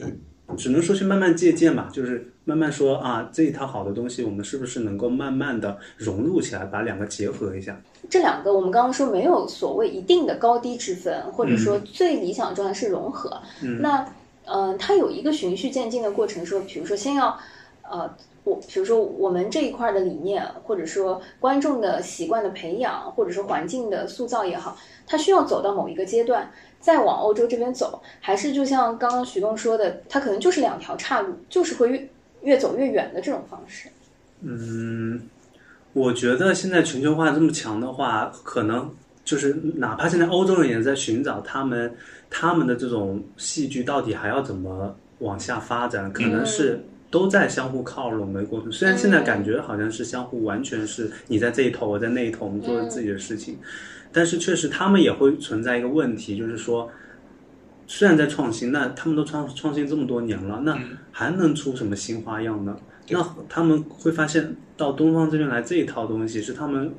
[SPEAKER 4] 只能说去慢慢借鉴吧，就是慢慢说啊，这一套好的东西，我们是不是能够慢慢的融入起来，把两个结合一下？
[SPEAKER 2] 这两个我们刚刚说没有所谓一定的高低之分，或者说最理想状态是融合。那呃，它有一个循序渐进的过程，说比如说先要呃，我比如说我们这一块的理念，或者说观众的习惯的培养，或者说环境的塑造也好，它需要走到某一个阶段，再往欧洲这边走，还是就像刚刚徐东说的，它可能就是两条岔路，就是会越越走越远的这种方式。
[SPEAKER 4] 我觉得现在全球化这么强的话，可能就是哪怕现在欧洲人也在寻找他们他们的这种戏剧到底还要怎么往下发展，可能是都在相互靠拢的过程。虽然现在感觉好像是相互完全是你在这一头，我在那一头，我们做自己的事情，但是确实他们也会存在一个问题，就是说。虽然在创新，那他们都创创新这么多年了，那还能出什么新花样呢？那他们会发现到东方这边来这一套东西是他们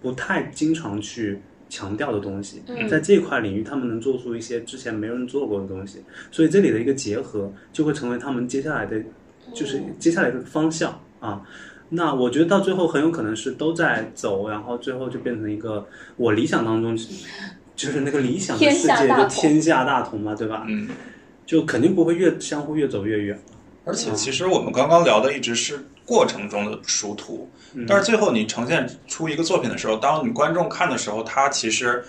[SPEAKER 4] 不太经常去强调的东西，
[SPEAKER 2] 嗯
[SPEAKER 4] 在这一块领域他们能做出一些之前没有人做过的东西，所以这里的一个结合就会成为他们接下来
[SPEAKER 2] 嗯
[SPEAKER 4] 的，就是接下来的方向啊。那我觉得到最后很有可能是都在走，然后最后就变成一个我理想当中就是那个理想的
[SPEAKER 2] 天
[SPEAKER 4] 世
[SPEAKER 2] 下
[SPEAKER 4] 界
[SPEAKER 2] 大
[SPEAKER 4] 就
[SPEAKER 2] 同
[SPEAKER 4] 天下大同嘛，对吧？
[SPEAKER 3] 嗯，
[SPEAKER 4] 就肯定不会越相互越走越远。
[SPEAKER 3] 而
[SPEAKER 4] 嗯
[SPEAKER 3] 且其实我们刚刚聊的一直是过程中的殊途，
[SPEAKER 4] 嗯
[SPEAKER 3] 但是最后你呈现出一个作品的时候，当你观众看的时候，他其实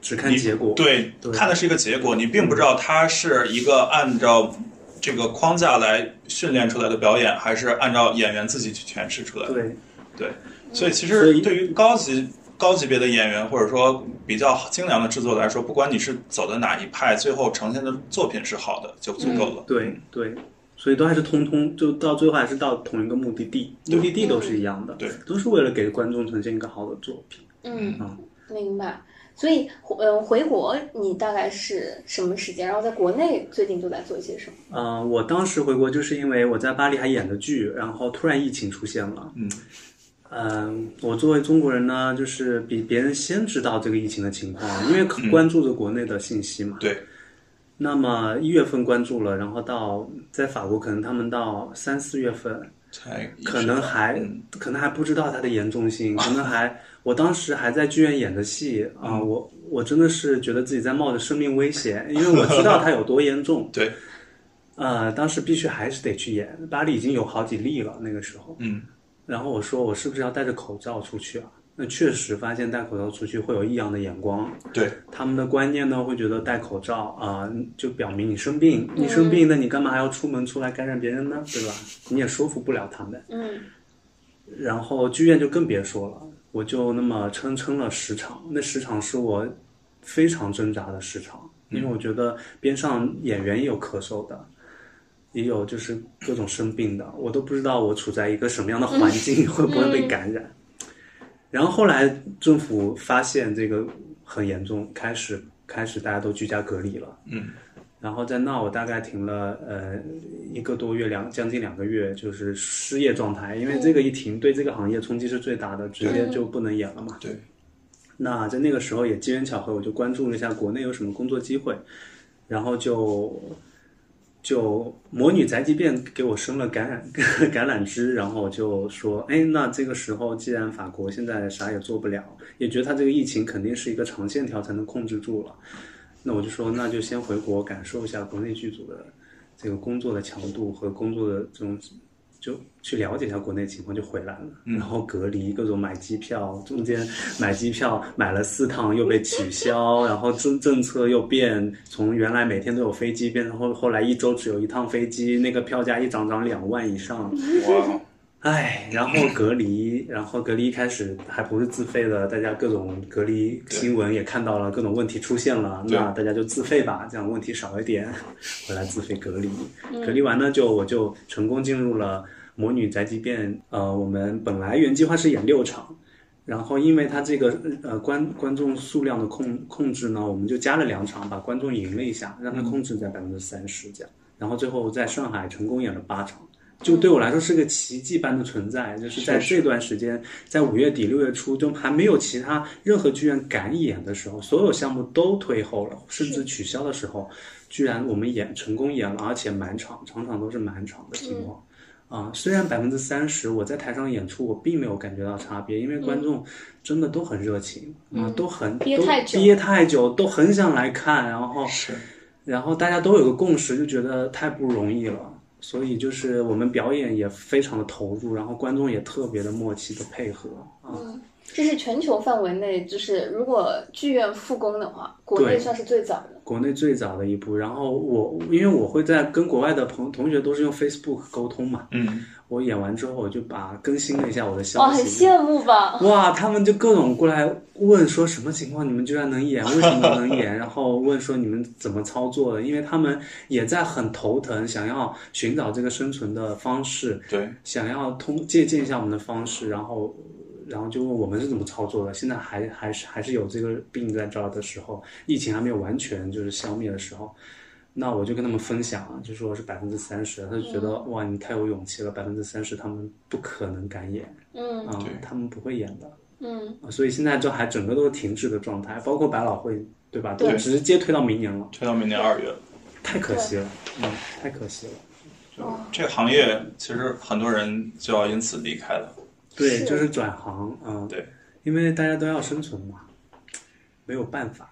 [SPEAKER 4] 只看结果，
[SPEAKER 3] 对
[SPEAKER 4] 对
[SPEAKER 3] 看的是一个结果，你并不知道它是一个按照这个框架来训练出来的表演，还是按照演员自己去诠释出来的。
[SPEAKER 4] 对，
[SPEAKER 3] 对，所以其
[SPEAKER 4] 所
[SPEAKER 3] 实
[SPEAKER 4] 以
[SPEAKER 3] 对于高级高级别的演员，或者说比较精良的制作来说，不管你是走的哪一派，最后呈现的作品是好的就足够了。
[SPEAKER 4] 对对，所以都还是通通，就到最后还是到同一个目的地，目的地都是一样的，
[SPEAKER 3] 对，
[SPEAKER 4] 都是为了给观众呈现一个好的作品。
[SPEAKER 2] 嗯
[SPEAKER 4] 嗯，
[SPEAKER 2] 明白。所以，呃，回国你大概是什么时间？然后在国内最近都在做些什么？
[SPEAKER 4] 嗯、我当时回国就是因为我在巴黎还演着剧，然后突然疫情出现了。
[SPEAKER 3] 嗯
[SPEAKER 4] 嗯，我作为中国人呢，就是比别人先知道这个疫情的情况，因为关注着国内的信息嘛。
[SPEAKER 3] 嗯对，
[SPEAKER 4] 那么一月份关注了，然后到在法国可能他们到三四月份，
[SPEAKER 3] 才意识到
[SPEAKER 4] 可能还
[SPEAKER 3] 嗯。
[SPEAKER 4] 可能还不知道它的严重性，可能还我当时还在剧院演的戏啊、我我真的是觉得自己在冒着生命危险，因为我知道它有多严重
[SPEAKER 3] 对，
[SPEAKER 4] 呃，当时必须还是得去演，巴黎已经有好几例了那个时候。
[SPEAKER 3] 嗯
[SPEAKER 4] 然后我说我是不是要戴着口罩出去啊？那确实发现戴口罩出去会有异样的眼光，
[SPEAKER 3] 对，
[SPEAKER 4] 他们的观念呢，会觉得戴口罩啊、就表明你生病，你生病，那你干嘛还要出门出来感染别人呢？对吧？你也说服不了他们。
[SPEAKER 2] 嗯
[SPEAKER 4] 然后剧院就更别说了，我就那么撑撑了十场，那十场是我非常挣扎的十场，因为我觉得边上演员也有咳嗽的，也有就是各种生病的，我都不知道我处在一个什么样的环境， 会不会被感染。然后后来政府发现这个很严重，开始开始大家都居家隔离了。
[SPEAKER 3] 嗯，
[SPEAKER 4] 然后在那我大概停了呃一个多月，两将近两个月，就是失业状态，因为这个一停对这个行业冲击是最大的，直接就不能演了嘛。
[SPEAKER 3] 对，
[SPEAKER 4] 那在那个时候也机缘巧合，我就关注了一下国内有什么工作机会，然后就就魔女宅急便给我生了感染橄榄 枝，然后我就说，哎，那这个时候既然法国现在啥也做不了，也觉得它这个疫情肯定是一个长线条才能控制住了，那我就说那就先回国感受一下国内剧组的这个工作的强度和工作的这种。就去了解一下国内情况，就回来了。然后隔离，各种买机票，中间买机票买了四趟又被取消，然后政政策又变，从原来每天都有飞机变成后后来一周只有一趟飞机，那个票价一涨涨两万以上。
[SPEAKER 3] 哇，
[SPEAKER 4] 唉，然后隔离，然后隔离一开始还不是自费的，大家各种隔离新闻也看到了，各种问题出现了，
[SPEAKER 3] 对
[SPEAKER 4] 那大家就自费吧，这样问题少一点，回来自费隔离。隔离完呢，就我就成功进入了《魔女宅急便》。呃，我们本来原计划是演六场，然后因为它这个呃观观众数量的控控制呢，我们就加了两场，把观众赢了一下，让它控制在百分之三十这样。然后最后在上海成功演了八场，就对我来说是个奇迹般的存在。就是在这段时间，在五月底六月初，就还没有其他任何剧院敢演的时候，所有项目都推后了，甚至取消的时候，居然我们演成功演了，而且满场，场场都是满场的情况。
[SPEAKER 2] 嗯
[SPEAKER 4] 啊，虽然百分之三十我在台上演出，我并没有感觉到差别，因为观众真的都很热情、啊，都很
[SPEAKER 2] 嗯憋
[SPEAKER 4] 都
[SPEAKER 2] 太久
[SPEAKER 4] 憋太久，都很想来看，然后
[SPEAKER 3] 是
[SPEAKER 4] 然后大家都有个共识，就觉得太不容易了，所以就是我们表演也非常的投入，然后观众也特别的默契的配合啊，
[SPEAKER 2] 这是全球范围内，就是如果剧院复工的话，国内
[SPEAKER 4] 对
[SPEAKER 2] 算是最早的。
[SPEAKER 4] 国内最早的一部。然后我因为我会在跟国外的朋同学都是用 Facebook 沟通嘛，
[SPEAKER 3] 嗯，
[SPEAKER 4] 我演完之后我就把更新了一下我的消
[SPEAKER 2] 哇，哦很
[SPEAKER 4] 息。
[SPEAKER 2] 羡慕吧？
[SPEAKER 4] 哇，他们就各种过来问说什么情况，你们居然能演，为什么能演？然后问说你们怎么操作的？因为他们也在很头疼，想要寻找这个生存的方式，
[SPEAKER 3] 对，
[SPEAKER 4] 想要通借鉴一下我们的方式，然后然后就问我们是怎么操作的。现在还还是还是有这个病在这儿的时候，疫情还没有完全就是消灭的时候，那我就跟他们分享啊，就说是百分之三十，他就觉得、哇，你太有勇气了，百分之三十他们不可能敢演
[SPEAKER 2] 嗯
[SPEAKER 4] 啊、
[SPEAKER 3] 对
[SPEAKER 4] 他们不会演的、
[SPEAKER 2] 嗯，
[SPEAKER 4] 啊所以现在就还整个都是停滞的状态，包括百老汇对吧？
[SPEAKER 2] 对
[SPEAKER 4] 都直接推到明年了，
[SPEAKER 3] 推到明年二月了。
[SPEAKER 4] 太可惜了，嗯，太可惜了。
[SPEAKER 3] 这个行业其实很多人就要因此离开了。
[SPEAKER 4] 对，
[SPEAKER 2] 是
[SPEAKER 4] 就是转行啊、嗯
[SPEAKER 3] 对，
[SPEAKER 4] 因为大家都要生存嘛，没有办法。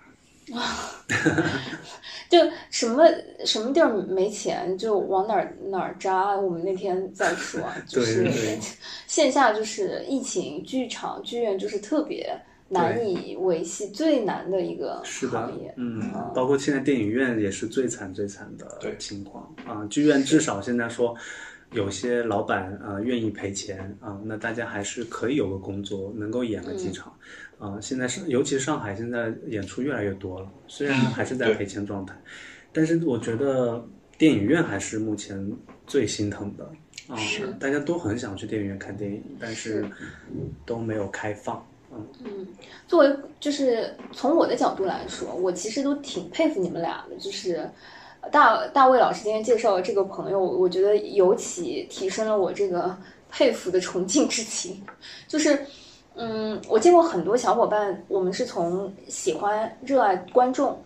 [SPEAKER 2] 就什么什么地儿没钱，就往哪儿哪儿扎。我们那天在 说啊，就是
[SPEAKER 4] 对对
[SPEAKER 2] 线下就是疫情，剧场剧院就是特别难以维系，最难的一个
[SPEAKER 4] 是的
[SPEAKER 2] 行业，。
[SPEAKER 4] 嗯，包括现在电影院也是最惨最惨
[SPEAKER 3] 对
[SPEAKER 4] 的情况啊、剧院至少现在说，有些老板啊、呃愿意赔钱啊、那大家还是可以有个工作，能够演个几场啊、现在是，尤其上海现在演出越来越多了，虽然还是在
[SPEAKER 3] 对
[SPEAKER 4] 赔钱状态，但是我觉得电影院还是目前最心疼的。啊、
[SPEAKER 3] 是
[SPEAKER 4] 大家都很想去电影院看电影，但是都没有开放。嗯，
[SPEAKER 2] 作为就是从我的角度来说，我其实都挺佩服你们俩的，就是。大大卫老师今天介绍的这个朋友，我觉得尤其提升了我这个佩服的崇敬之情。就是，嗯，我见过很多小伙伴，我们是从喜欢、热爱观众，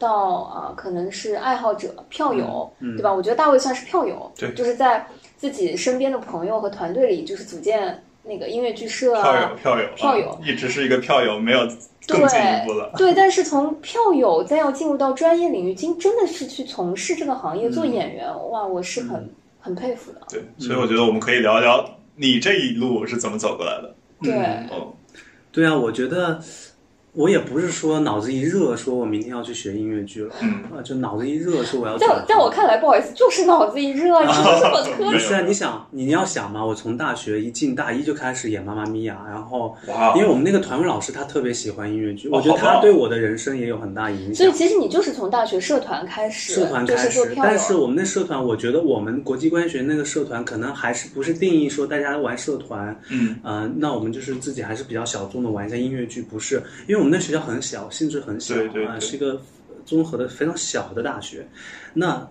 [SPEAKER 2] 到啊、呃可能是爱好者、票友，对吧？我觉得大卫算是票友，
[SPEAKER 3] 嗯对
[SPEAKER 2] 就是在自己身边的朋友和团队里，就是组建那个音乐剧社啊，
[SPEAKER 3] 票友，票友，
[SPEAKER 2] 票友
[SPEAKER 3] 一直是一个票友，没有更进一步 了。
[SPEAKER 2] 对。对，但是从票友再要进入到专业领域，经真的是去从事这个行业
[SPEAKER 4] 嗯
[SPEAKER 2] 做演员，哇，我是很、很佩服的。
[SPEAKER 3] 对，所以我觉得我们可以聊聊
[SPEAKER 4] 嗯
[SPEAKER 2] 嗯
[SPEAKER 3] 你这一路是怎么走过来的。
[SPEAKER 2] 对，
[SPEAKER 3] 哦，
[SPEAKER 4] 对啊，我觉得我也不是说脑子一热，说我明天要去学音乐剧了，
[SPEAKER 3] 嗯
[SPEAKER 4] 啊，就脑子一热说我要
[SPEAKER 2] 在
[SPEAKER 4] 转
[SPEAKER 2] 我
[SPEAKER 4] 行。
[SPEAKER 2] 在我看来，不好意思，就是脑子一热，你说 这么科
[SPEAKER 3] 没
[SPEAKER 2] 学，
[SPEAKER 3] 有
[SPEAKER 4] 不是啊，你想，你要想嘛，我从大学一进大一就开始演《妈妈咪呀》，然后
[SPEAKER 3] 哇
[SPEAKER 4] 因为我们那个团委老师他特别喜欢音乐剧，
[SPEAKER 3] 哦
[SPEAKER 4] 我觉得
[SPEAKER 3] 好
[SPEAKER 4] 他
[SPEAKER 3] 棒
[SPEAKER 4] 对我的人生也有很大影
[SPEAKER 2] 所
[SPEAKER 4] 响
[SPEAKER 2] 以。其实你就是从大学社团开始，
[SPEAKER 4] 社团
[SPEAKER 2] 就
[SPEAKER 4] 开
[SPEAKER 2] 是做
[SPEAKER 4] 始，
[SPEAKER 2] 票
[SPEAKER 4] 但是
[SPEAKER 2] 友。
[SPEAKER 4] 我们那社团，我觉得我们国际关系学那个社团可能还是不是定义说大家玩社团，
[SPEAKER 3] 嗯，
[SPEAKER 4] 呃，那我们就是自己还是比较小众的玩一下音乐剧，不是？因为我们那学校很小，性质很小，
[SPEAKER 3] 对对
[SPEAKER 4] 啊
[SPEAKER 3] 对
[SPEAKER 4] 是一个综合的非常小的大学。那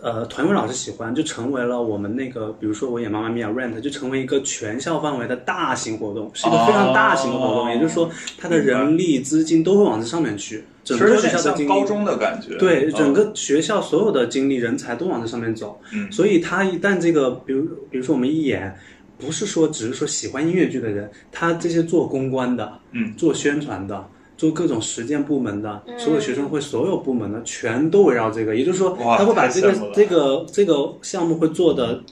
[SPEAKER 4] 呃，团委老师喜欢，就成为了我们那个，比如说我演《妈妈咪呀》Rent，就成为一个全校范围的大型活动，是一个非常大型的活动，
[SPEAKER 3] 哦
[SPEAKER 4] 也就是说，它的人力、资金都会往这上面去，
[SPEAKER 3] 其
[SPEAKER 4] 整
[SPEAKER 3] 实
[SPEAKER 4] 个
[SPEAKER 3] 有
[SPEAKER 4] 学
[SPEAKER 3] 点
[SPEAKER 4] 校的
[SPEAKER 3] 像
[SPEAKER 4] 精力。
[SPEAKER 3] 高中的感觉，
[SPEAKER 4] 对，
[SPEAKER 3] 嗯
[SPEAKER 4] 整个学校所有的精力、人才都往这上面走。
[SPEAKER 3] 嗯
[SPEAKER 4] 所以他一旦这个，比如比如说我们一演，不是说只是说喜欢音乐剧的人，他这些做公关的、
[SPEAKER 3] 嗯
[SPEAKER 4] 做宣传的、做各种实践部门的，
[SPEAKER 2] 嗯
[SPEAKER 4] 所有学生会所有部门的，全都围绕这个。也就是说，
[SPEAKER 3] 哇
[SPEAKER 4] 他会把这个
[SPEAKER 3] 太羡慕了
[SPEAKER 4] 这个这个项目会做的。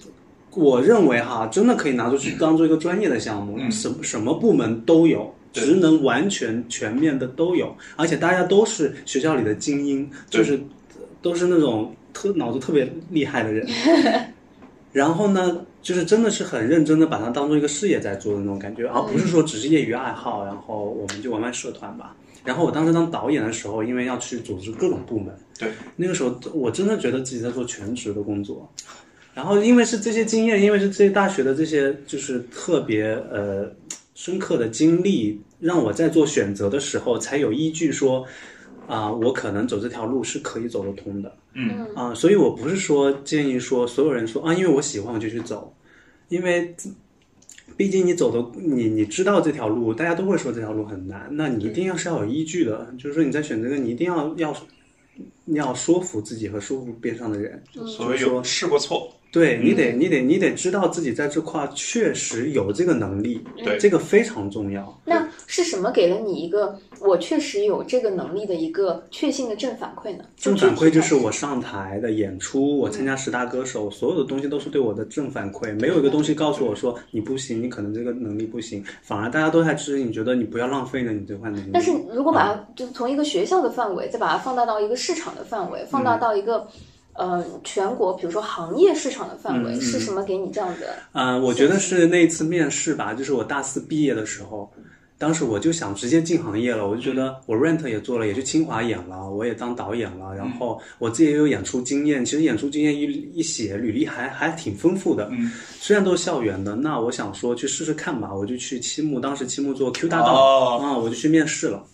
[SPEAKER 4] 我认为哈，真的可以拿出去当做一个专业的项目，
[SPEAKER 3] 嗯
[SPEAKER 4] 什什么部门都有，
[SPEAKER 3] 对
[SPEAKER 4] 职能完全全面的都有，而且大家都是学校里的精英，
[SPEAKER 3] 对
[SPEAKER 4] 就是都是那种特脑子特别厉害的人。然后呢，就是真的是很认真的把它当做一个事业在做的那种感觉，而不是说只是业余爱好，然后我们就玩玩社团吧。然后我当时当导演的时候，因为要去组织各种部门，
[SPEAKER 3] 对，
[SPEAKER 4] 那个时候我真的觉得自己在做全职的工作。然后因为是这些经验，因为是这些大学的这些就是特别呃深刻的经历，让我在做选择的时候才有依据说，啊、我可能走这条路是可以走得通的。
[SPEAKER 3] 嗯
[SPEAKER 2] 嗯，
[SPEAKER 4] 啊、所以我不是说建议说所有人说啊，因为我喜欢我就去走，因为毕竟你走的你你知道这条路，大家都会说这条路很难，那你一定要是要有依据的，就是说你在选择这个，你一定要要要说服自己和说服边上的人，
[SPEAKER 3] 嗯
[SPEAKER 2] 嗯
[SPEAKER 3] 所以有试过错，
[SPEAKER 4] 对你得你得你得知道自己在这块儿确实有这个能力，
[SPEAKER 2] 嗯
[SPEAKER 3] 对
[SPEAKER 4] 这个非常重要。
[SPEAKER 2] 那是什么给了你一个我确实有这个能力的一个确信的正反馈呢？
[SPEAKER 4] 正反馈就是
[SPEAKER 2] 具体
[SPEAKER 4] 我上台的演出，我参加十大歌手，所有的东西都是对我的正反馈，没有一个东西告诉我说你不行，你可能这个能力不行，反而大家都在支持你，觉得你不要浪费了你这块能力。
[SPEAKER 2] 但
[SPEAKER 3] 嗯
[SPEAKER 2] 是如果把
[SPEAKER 3] 啊
[SPEAKER 2] 它就是从一个学校的范围，再把它放大到一个市场的范围，放大
[SPEAKER 3] 嗯
[SPEAKER 2] 到一个、呃全国，比如说行业市场的范围，
[SPEAKER 4] 嗯嗯
[SPEAKER 2] 是什么给你这样的？
[SPEAKER 3] 嗯
[SPEAKER 4] 呃，我觉得是那一次面试吧，就是我大四毕业的时候，当时我就想直接进行业了，我就觉
[SPEAKER 3] 嗯
[SPEAKER 4] 得我 rent 也做了，也去清华演了，我也当导演了，
[SPEAKER 3] 嗯
[SPEAKER 4] 然后我自己也有演出经验，其实演出经验一一写，履历还还挺丰富的。
[SPEAKER 3] 嗯，
[SPEAKER 4] 虽然都是校园的，那我想说去试试看吧，我就去七木，当时七木做 Q 大道啊、
[SPEAKER 3] 哦
[SPEAKER 4] 我就去面试了。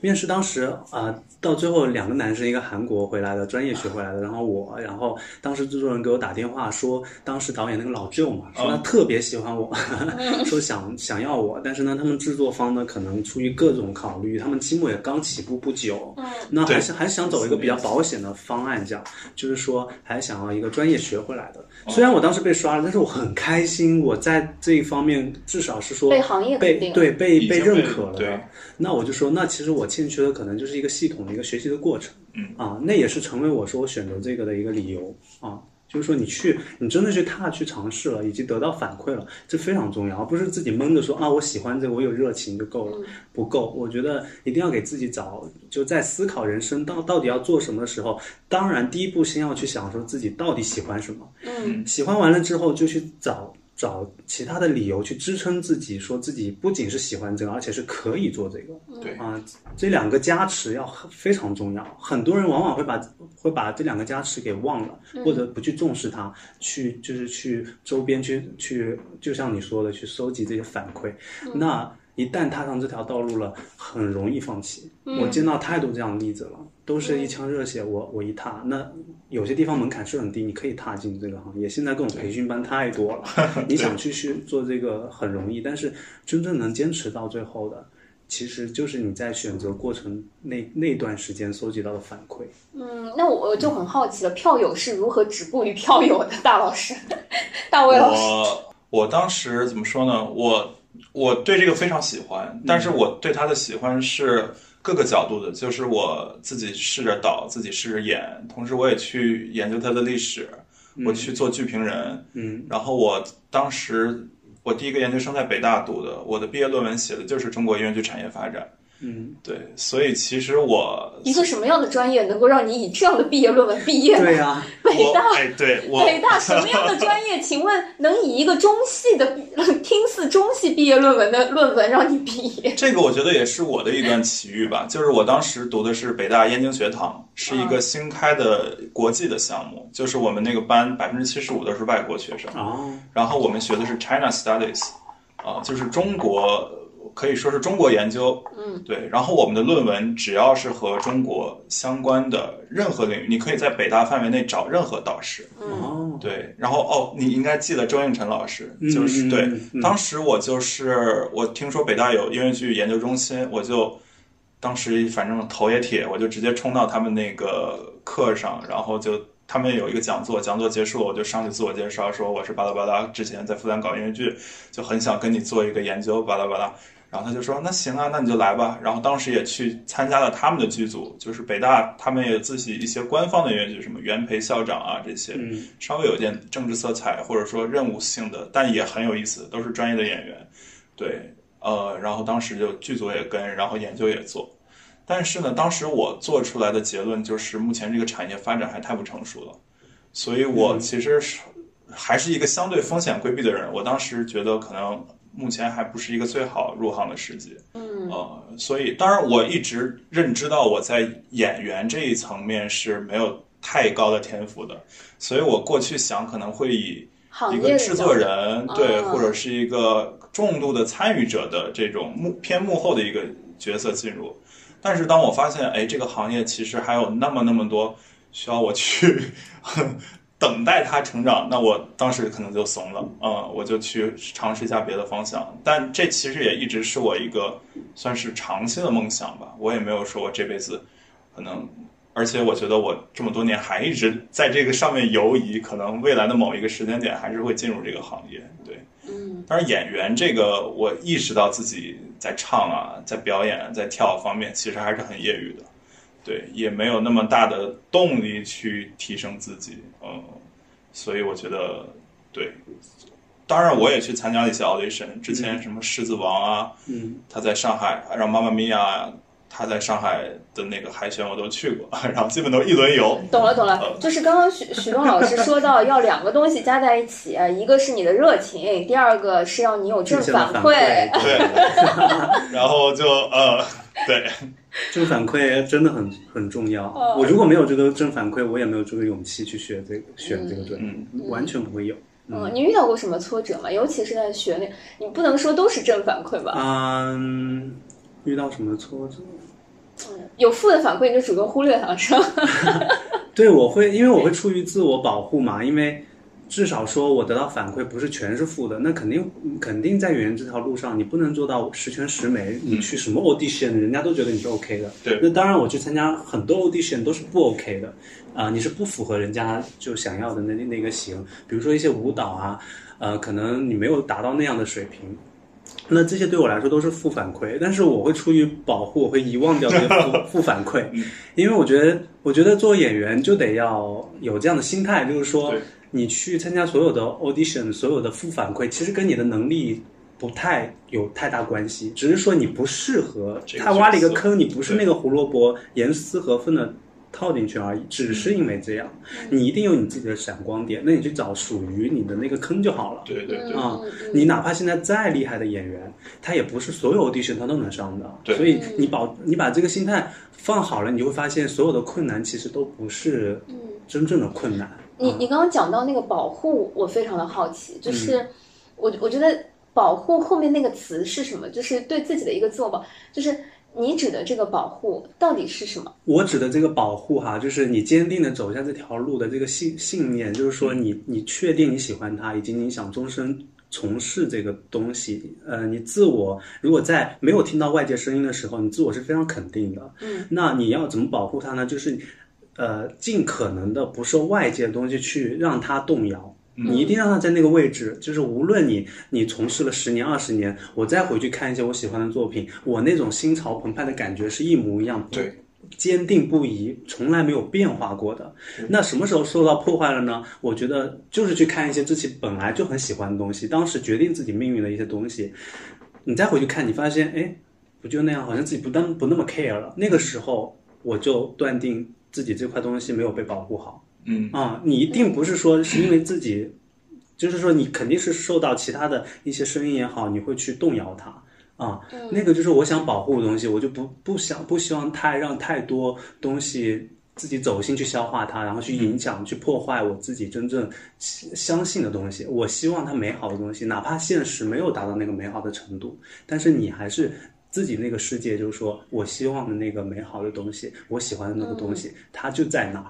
[SPEAKER 4] 面试当时啊、呃到最后两个男生，一个韩国回来的专业学回来的，然后我，然后当时制作人给我打电话说，当时导演那个老舅嘛，
[SPEAKER 2] 哦
[SPEAKER 4] 说他特别喜欢我，
[SPEAKER 2] 嗯
[SPEAKER 4] 说想想要我，但是呢，他们制作方呢可能出于各种考虑，他们期末也刚起步不久，
[SPEAKER 2] 嗯
[SPEAKER 4] 那还
[SPEAKER 3] 对
[SPEAKER 4] 是还是想走一个比较保险的方案，这样就是说还想要一个专业学回来的。虽然我当时被刷了，但是我很开心，我在这一方面至少是说
[SPEAKER 2] 被行业肯定
[SPEAKER 4] 被对被
[SPEAKER 3] 已经被
[SPEAKER 4] 认可了
[SPEAKER 3] 对
[SPEAKER 4] 的。那我就说，那其实我欠缺的可能就是一个系统的一个学习的过程。
[SPEAKER 3] 嗯
[SPEAKER 4] 啊，那也是成为我说我选择这个的一个理由啊。就是说，你去，你真的去踏去尝试了，以及得到反馈了，这非常重要，而不是自己闷着说啊，我喜欢这个，我有热情就够了。不够，我觉得一定要给自己找，就在思考人生到到底要做什么的时候，当然第一步先要去想说自己到底喜欢什么，
[SPEAKER 2] 嗯
[SPEAKER 4] 喜欢完了之后就去找找其他的理由去支撑自己，说自己不仅是喜欢这个，而且是可以做这个。
[SPEAKER 3] 对
[SPEAKER 4] 啊，这两个加持要很非常重要。很多人往往会把会把这两个加持给忘了，或者不去重视它，去就是去周边去去，就像你说的，去收集这些反馈。
[SPEAKER 2] 嗯
[SPEAKER 4] 那一旦踏上这条道路了，很容易放弃。
[SPEAKER 2] 嗯
[SPEAKER 4] 我见到太多这样的例子了，都是一腔热血，我我一踏，那有些地方门槛是很低，你可以踏进这个行业。现在各种培训班太 多了，你想去去做这个很容易，但是真正能坚持到最后的。其实就是你在选择过程那那段时间搜集到的反馈。
[SPEAKER 2] 嗯，那我就很好奇了，票友是如何止步于票友的？大老师， 大卫老师，
[SPEAKER 3] 我我当时怎么说呢？我我对这个非常喜欢，但是我对他的喜欢是各个角度的，就是我自己试着导，自己试着演，同时我也去研究他的历史，我去做剧评人，
[SPEAKER 4] 嗯
[SPEAKER 3] 然后我当时我第一个研究生在北大读的，我的毕业论文写的就是中国音乐剧产业发展。
[SPEAKER 4] 嗯，
[SPEAKER 3] 对，所以其实我
[SPEAKER 2] 一个什么样的专业能够让你以这样的毕业论文毕业呢？
[SPEAKER 4] 对啊呀、
[SPEAKER 2] 北
[SPEAKER 3] 我
[SPEAKER 2] 大
[SPEAKER 3] 哎，对我
[SPEAKER 2] 北大什么样的专业？ 请问能以一个中戏的 听似中戏毕业论文的论文让你毕业？
[SPEAKER 3] 这个我觉得也是我的一段奇遇吧，就是我当时读的是北大燕京学堂，是一个新开的国际的项目，就是我们那个班百分之七十五都是外国学生，
[SPEAKER 4] 哦，
[SPEAKER 3] 然后我们学的是 China Studies，啊、就是中国可以说是中国研究，
[SPEAKER 2] 嗯，
[SPEAKER 3] 对。然后我们的论文只要是和中国相关的任何领域，你可以在北大范围内找任何导师，
[SPEAKER 2] 嗯
[SPEAKER 4] 哦，
[SPEAKER 3] 对，然后哦，你应该记得周应辰老师，
[SPEAKER 4] 嗯
[SPEAKER 3] 就是、
[SPEAKER 4] 嗯
[SPEAKER 3] 对
[SPEAKER 4] 嗯，嗯
[SPEAKER 3] 当时我就是我听说北大有音乐剧研究中心，我就当时反正头也铁，我就直接冲到他们那个课上，然后就他们有一个讲座，讲座结束我就上去自我介绍，说我是巴拉巴拉，之前在复旦搞音乐剧，就很想跟你做一个研究，巴拉巴拉。然后他就说：“那行啊，那你就来吧。”然后当时也去参加了他们的剧组，就是北大他们也自己一些官方的音乐剧，什么袁培校长啊这些，
[SPEAKER 4] 嗯
[SPEAKER 3] 稍微有一点政治色彩或者说任务性的，但也很有意思，都是专业的演员。对，呃，然后当时就剧组也跟，然后研究也做。但是呢，当时我做出来的结论就是，目前这个产业发展还太不成熟了，所以我其实是还是一个相对风险规避的人。我当时觉得可能目前还不是一个最好入行的时机。
[SPEAKER 2] 嗯
[SPEAKER 3] 呃，所以当然我一直认知到我在演员这一层面是没有太高的天赋的，所以我过去想可能会以
[SPEAKER 2] 行
[SPEAKER 3] 一
[SPEAKER 2] 业
[SPEAKER 3] 个
[SPEAKER 2] 的
[SPEAKER 3] 制作
[SPEAKER 2] 角
[SPEAKER 3] 人对，
[SPEAKER 2] 啊
[SPEAKER 3] 或者是一个重度的参与者的这种幕偏幕后的一个角色进入。但是当我发现，哎，这个行业其实还有那么那么多需要我去 等待它成长，那我当时可能就怂了，嗯，我就去尝试一下别的方向。但这其实也一直是我一个算是长期的梦想吧，我也没有说我这辈子可能。而且我觉得我这么多年还一直在这个上面游移，可能未来的某一个时间点还是会进入这个行业。对，
[SPEAKER 2] 度嗯
[SPEAKER 3] 当然，演员这个，我意识到自己在唱啊，在表演、啊、在跳方面，其实还是很业余的，对，也没有那么大的动力去提升自己，嗯，所以我觉得，对，当然我也去参加了一些 audition，之前什么狮子王啊，
[SPEAKER 4] 嗯，
[SPEAKER 3] 他在上海，然后妈妈咪呀，他在上海的那个海选我都去过， 然后基本都一轮游，
[SPEAKER 2] 懂了，懂了，就是刚刚许许东老师说到要两个东西加在一起，呃一个是你的热情，第二个是要你有正
[SPEAKER 4] 正向的
[SPEAKER 2] 反
[SPEAKER 4] 反
[SPEAKER 2] 馈。
[SPEAKER 4] 馈，
[SPEAKER 3] 对，然后就呃，对。
[SPEAKER 4] 正反馈真的很很重要
[SPEAKER 2] 哦。
[SPEAKER 4] 我如果没有这个正反馈，我也没有这个勇气去学这个选这个专业
[SPEAKER 3] 嗯，
[SPEAKER 4] 完全不会有。
[SPEAKER 2] 嗯，你遇到过什么挫折吗？尤其是在学那，你不能说都是正反馈吧？
[SPEAKER 4] 嗯，遇到什么挫折？
[SPEAKER 2] 有负的反馈你就主动忽略它，是吧？
[SPEAKER 4] 对，我会，因为我会出于自我保护嘛，因为至少说我得到反馈不是全是负的，那肯定肯定在演员这条路上，你不能做到十全十美。你去什么 audition，、人家都觉得你是 OK 的。
[SPEAKER 3] 对
[SPEAKER 4] 那当然，我去参加很多 audition 都是不 OK 的，啊、你是不符合人家就想要的那那个型，比如说一些舞蹈啊，呃，可能你没有达到那样的水平。那这些对我来说都是负反馈，但是我会出于保护，我会遗忘掉这些负负反馈，因为我觉得，我觉得做演员就得要有这样的心态，就是说
[SPEAKER 3] 对，
[SPEAKER 4] 你去参加所有的 audition，所有的负反馈，其实跟你的能力不太有太大关系，只是说你不适合
[SPEAKER 3] 这，个
[SPEAKER 4] 他挖了一个
[SPEAKER 3] 角色
[SPEAKER 4] 坑，你不是那个胡萝卜，严丝合缝的套进去而已，只是因为这样，你一定有你自己的闪光点，那你去找属于你的那个坑就好了。
[SPEAKER 3] 对对对，
[SPEAKER 4] 啊
[SPEAKER 2] 嗯嗯
[SPEAKER 4] 你哪怕现在再厉害的演员，他也不是所有 audition 他都能上的。
[SPEAKER 3] 对
[SPEAKER 4] 所以你保你把这个心态放好了，你就会发现所有的困难其实都不是真正的困难。
[SPEAKER 2] 你
[SPEAKER 4] 啊
[SPEAKER 2] 你刚刚讲到那个保护，我非常的好奇，就是我我觉得保护后面那个词是什么？就是对自己的一个自我保，就是你指的这个保护到底是什么？
[SPEAKER 4] 我指的这个保护哈，就是你坚定的走下这条路的这个信信念，就是说你你确定你喜欢它，以及你想终身从事这个东西。呃，你自我如果在没有听到外界声音的时候，你自我是非常肯定的。
[SPEAKER 2] 嗯，
[SPEAKER 4] 那你要怎么保护它呢？就是呃，尽可能的不受外界的东西去让它动摇。你一定让它在那个位置，就是无论你你从事了十年二十年，我再回去看一些我喜欢的作品，我那种心潮澎湃的感觉是一模一样，
[SPEAKER 3] 对，
[SPEAKER 4] 坚定不移，从来没有变化过的。那什么时候受到破坏了呢？我觉得就是去看一些自己本来就很喜欢的东西，当时决定自己命运的一些东西，你再回去看，你发现，哎，不就那样，好像自己不当不那么 care 了。那个时候我就断定自己这块东西没有被保护好。
[SPEAKER 3] 嗯
[SPEAKER 4] 啊，你一定不是说是因为自己，就是说你肯定是受到其他的一些声音也好，你会去动摇它啊。那个就是我想保护的东西，我就不不想不希望太让太多东西自己走心去消化它，然后去影响、去破坏我自己真正相相信的东西。我希望它美好的东西，哪怕现实没有达到那个美好的程度，但是你还是。自己那个世界，就是说我希望的那个美好的东西，我喜欢的那个东西，它就在那儿。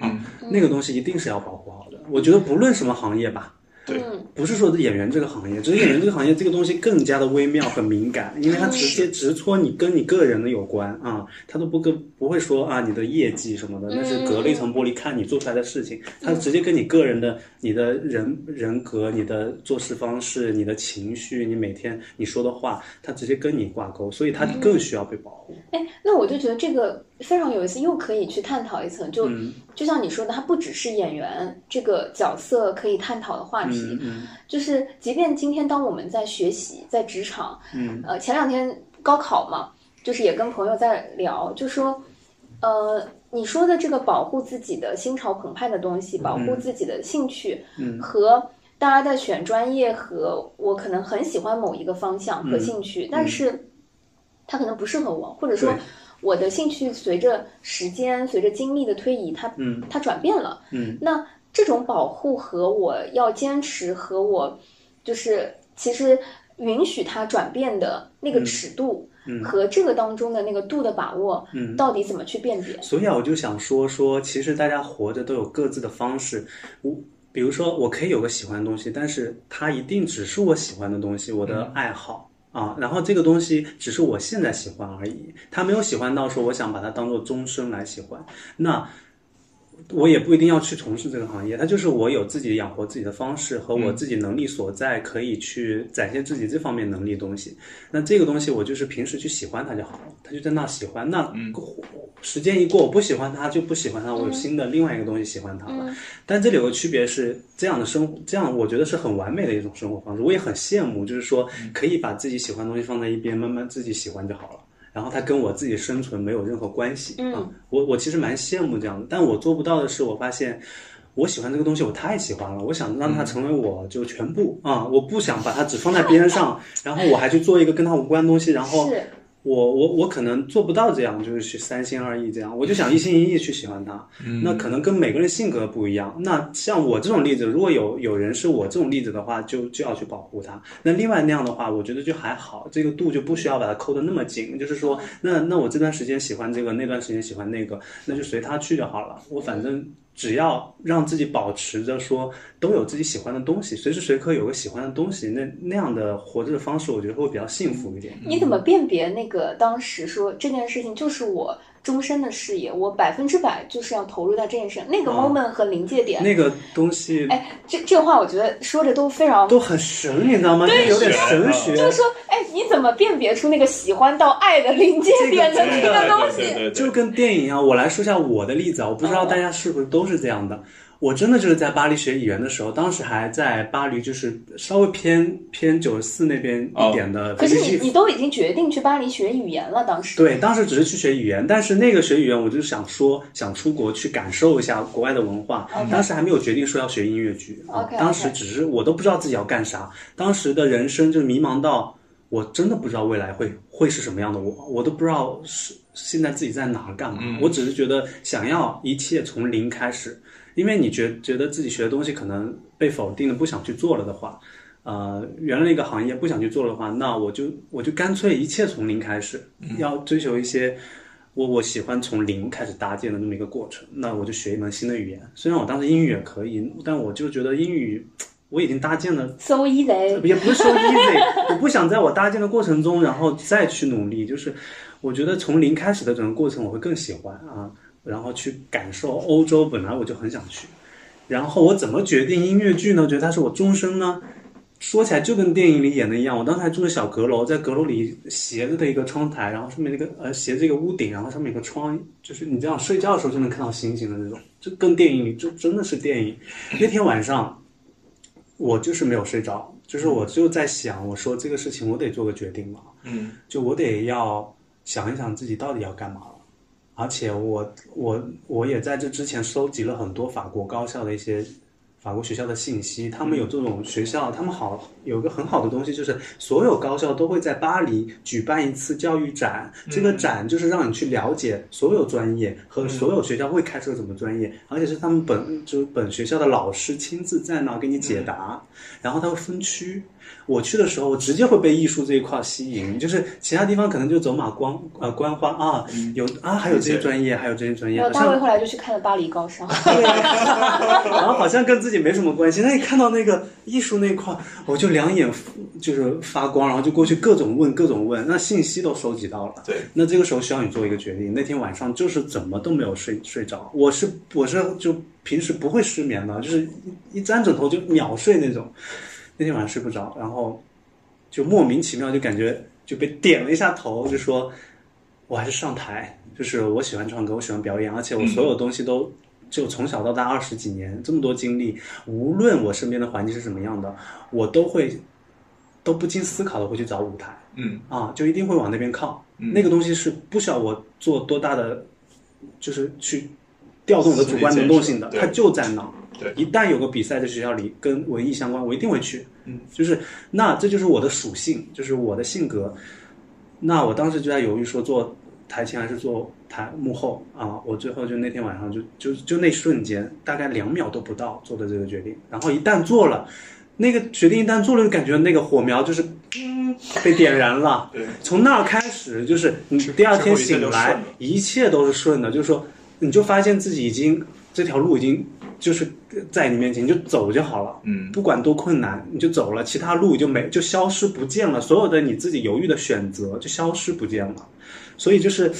[SPEAKER 3] 嗯，
[SPEAKER 4] 那个东西一定是要保护好的。我觉得不论什么行业吧，
[SPEAKER 3] 对，
[SPEAKER 2] 嗯
[SPEAKER 4] 不是说演员这个行业，只是演员这个行业这个东西更加的微妙、很敏感，因为它直接直戳你跟你个人的有关啊，它都不跟不会说啊你的业绩什么的，那是隔了一层玻璃看你做出来的事情，它直接跟你个人的、你的人人格、你的做事方式、你的情绪、你每天你说的话，它直接跟你挂钩，所以它更需要被保护。
[SPEAKER 2] 哎，那我就觉得这个非常有意思，又可以去探讨一层，就、
[SPEAKER 4] 嗯
[SPEAKER 2] 就像你说的，它不只是演员这个角色可以探讨的话题，
[SPEAKER 4] 嗯嗯
[SPEAKER 2] 就是即便今天当我们在学习、在职场，
[SPEAKER 4] 嗯，
[SPEAKER 2] 呃，前两天高考嘛，就是也跟朋友在聊，就说，呃，你说的这个保护自己的心潮澎湃的东西，保护自己的兴趣，
[SPEAKER 4] 嗯
[SPEAKER 2] 和大家在选专业和我可能很喜欢某一个方向
[SPEAKER 4] 嗯
[SPEAKER 2] 和兴趣，但是它可能不适合我，或者说
[SPEAKER 4] 对
[SPEAKER 2] 我的兴趣随着时间、随着经历的推移，它
[SPEAKER 4] 嗯
[SPEAKER 2] 它转变了。
[SPEAKER 4] 嗯，
[SPEAKER 2] 那这种保护和我要坚持和我就是其实允许它转变的那
[SPEAKER 4] 嗯
[SPEAKER 2] 个尺度。和这个当中的那个度的把握，
[SPEAKER 4] 嗯
[SPEAKER 2] 到底怎么去辨别？
[SPEAKER 4] 所以啊，我就想说说，其实大家活着都有各自的方式。我比如说，我可以有个喜欢的东西，但是它一定只是我喜欢的东西，我的爱好。啊，然后这个东西只是我现在喜欢而已，它没有喜欢到说我想把它当做终身来喜欢。那我也不一定要去从事这个行业，它就是我有自己养活自己的方式和我自己能力所在，可以去展现自己这方面能力的东西。那这个东西我就是平时去喜欢它就好了，它就在那喜欢。那时间一过，我不喜欢它就不喜欢它，我有新的另外一个东西喜欢它
[SPEAKER 2] 嗯
[SPEAKER 4] 了。但这里有个区别是，这样的生活，这样我觉得是很完美的一种生活方式，我也很羡慕，就是说可以把自己喜欢的东西放在一边，慢慢自己喜欢就好了。然后它跟我自己生存没有任何关系、啊！我我其实蛮羡慕这样的，但我做不到的是，我发现我喜欢这个东西，我太喜欢了，我想让它成为我就全部啊、我不想把它只放在边上，然后我还去做一个跟它无关的东西，然后嗯
[SPEAKER 2] 是
[SPEAKER 4] 我我我可能做不到这样，就是去三心二意这样，我就想一心一意去喜欢它。那可能跟每个人性格不一样。那像我这种例子，如果有有人是我这种例子的话，就就要去保护他。那另外那样的话，我觉得就还好，这个度就不需要把它抠得那么紧。就是说，那那我这段时间喜欢这个，那段时间喜欢那个，那就随他去就好了。我反正只要让自己保持着说都有自己喜欢的东西，随时随刻有个喜欢的东西，那那样的活着的方式，我觉得会比较幸福一点。
[SPEAKER 2] 你怎么辨别那个当时说这件事情就是我终身的事业，我百分之百就是要投入在这件事上，那个 moment 和临界点，
[SPEAKER 4] 嗯那个东西
[SPEAKER 2] 哎，这这话我觉得说着都非常，
[SPEAKER 4] 都很神，你知道吗？就有点神学。
[SPEAKER 2] 就是说，哎，你怎么辨别出那个喜欢到爱的临界点的那
[SPEAKER 3] 对
[SPEAKER 2] 个东
[SPEAKER 3] 对
[SPEAKER 2] 西？
[SPEAKER 3] 对对
[SPEAKER 4] 就
[SPEAKER 3] 对，
[SPEAKER 4] 跟电影一样，我来说一下我的例子啊，我不
[SPEAKER 2] 嗯
[SPEAKER 4] 知道大家是不是都是这样的。我真的就是在巴黎学语言的时候，当时还在巴黎，就是稍微偏偏九十四那边一点的
[SPEAKER 2] 哦可
[SPEAKER 4] 比利
[SPEAKER 2] 是
[SPEAKER 4] 时
[SPEAKER 2] 你你都已经决定去巴黎学语言了，当时
[SPEAKER 4] 对，当时只是去学语言，但是那个学语言，我就想说想出国去感受一下国外的文化。当时还没有决定说要学音乐剧啊
[SPEAKER 2] OK，OK
[SPEAKER 4] 当时只是我都不知道自己要干啥，当时的人生就迷茫到我真的不知道未来会会是什么样的我，我都不知道是现在自己在哪儿干嘛。我只是觉得想要一切从零开始，因为你觉觉得自己学的东西可能被否定了，不想去做了的话，呃，原来那个行业不想去做的话，那我就我就干脆一切从零开始，要追求一些我我喜欢从零开始搭建的这么一个过程。那我就学一门新的语言，虽然我当时英语也可以，但我就觉得英语我已经搭建了，
[SPEAKER 2] so easy，
[SPEAKER 4] 也不是说 easy，我不 想在我搭建的过程中，然后再去努力。就是我觉得从零开始的整个过程，我会更喜欢啊，然后去感受欧洲，本来我就很想去。然后我怎么决定音乐剧呢？我觉得它是我终身呢？说起来就跟电影里演的一样，我当时还住的小阁楼，在阁楼里斜着的一个窗台，然后上面那个呃斜着一个屋顶，然后上面有个窗，就是你这样睡觉的时候就能看到星星的那种，就跟电影里就真的是电影。那天晚上我就是没有睡着，就是我就在想，我说这个事情我得做个决定了，
[SPEAKER 3] 嗯
[SPEAKER 4] 就我得要想一想自己到底要干嘛了。而且我我我也在这之前收集了很多法国高校的一些法国学校的信息，他们有这种学校，他们好有个很好的东西，就是所有高校都会在巴黎举办一次教育展，这个展就是让你去了解所有专业和所有学校会开设什么专业，而且是他们本就是本学校的老师亲自在那儿给你解答，然后他会分区。我去的时候，我直接会被艺术这一块吸引，就是其他地方可能就走马观呃观花啊，有啊还有这些专业，还有这些专业，
[SPEAKER 2] 然后
[SPEAKER 4] 好
[SPEAKER 2] 大卫
[SPEAKER 4] 像
[SPEAKER 2] 后来就去看了巴黎高商，
[SPEAKER 4] 然后好像跟自己没什么关系。那一看到那个艺术那一块，我就两眼就是发光，然后就过去各种问各种问，那信息都收集到了。
[SPEAKER 3] 对，
[SPEAKER 4] 那这个时候需要你做一个决定。那天晚上就是怎么都没有睡睡着，我是我是就平时不会失眠的，就是一一沾枕头就秒睡那种。那天晚上睡不着，然后就莫名其妙就感觉就被点了一下头，就说我还是上台，就是我喜欢唱歌，我喜欢表演，而且我所有东西都。就从小到大二十几年这么多经历，无论我身边的环境是什么样的，我都会都不经思考的会去找舞台，
[SPEAKER 3] 嗯
[SPEAKER 4] 啊，就一定会往那边靠。
[SPEAKER 3] 嗯
[SPEAKER 4] 那个东西是不需要我做多大的，就是去调动我的主观能动性的，
[SPEAKER 3] 对
[SPEAKER 4] 它就在那。
[SPEAKER 3] 对
[SPEAKER 4] 一旦有个比赛在学校里跟文艺相关，我一定会去。
[SPEAKER 3] 嗯，
[SPEAKER 4] 就是那这就是我的属性，就是我的性格。那我当时就在犹豫说做台前还是做台幕后啊。我最后就那天晚上就就就那瞬间，大概两秒都不到做的这个决定。然后一旦做了，那个决定一旦做了，就感觉那个火苗就是嗯被点燃了。
[SPEAKER 3] 对，
[SPEAKER 4] 从那儿开始，就是你第二天醒
[SPEAKER 3] 之后
[SPEAKER 4] 来，一切都是顺的，就是说，你就发现自己已经这条路已经就是在你面前，你就走就好了，
[SPEAKER 3] 嗯
[SPEAKER 4] 不管多困难，你就走了，其他路就没就消失不见了，所有的你自己犹豫的选择就消失不见了，所以就是。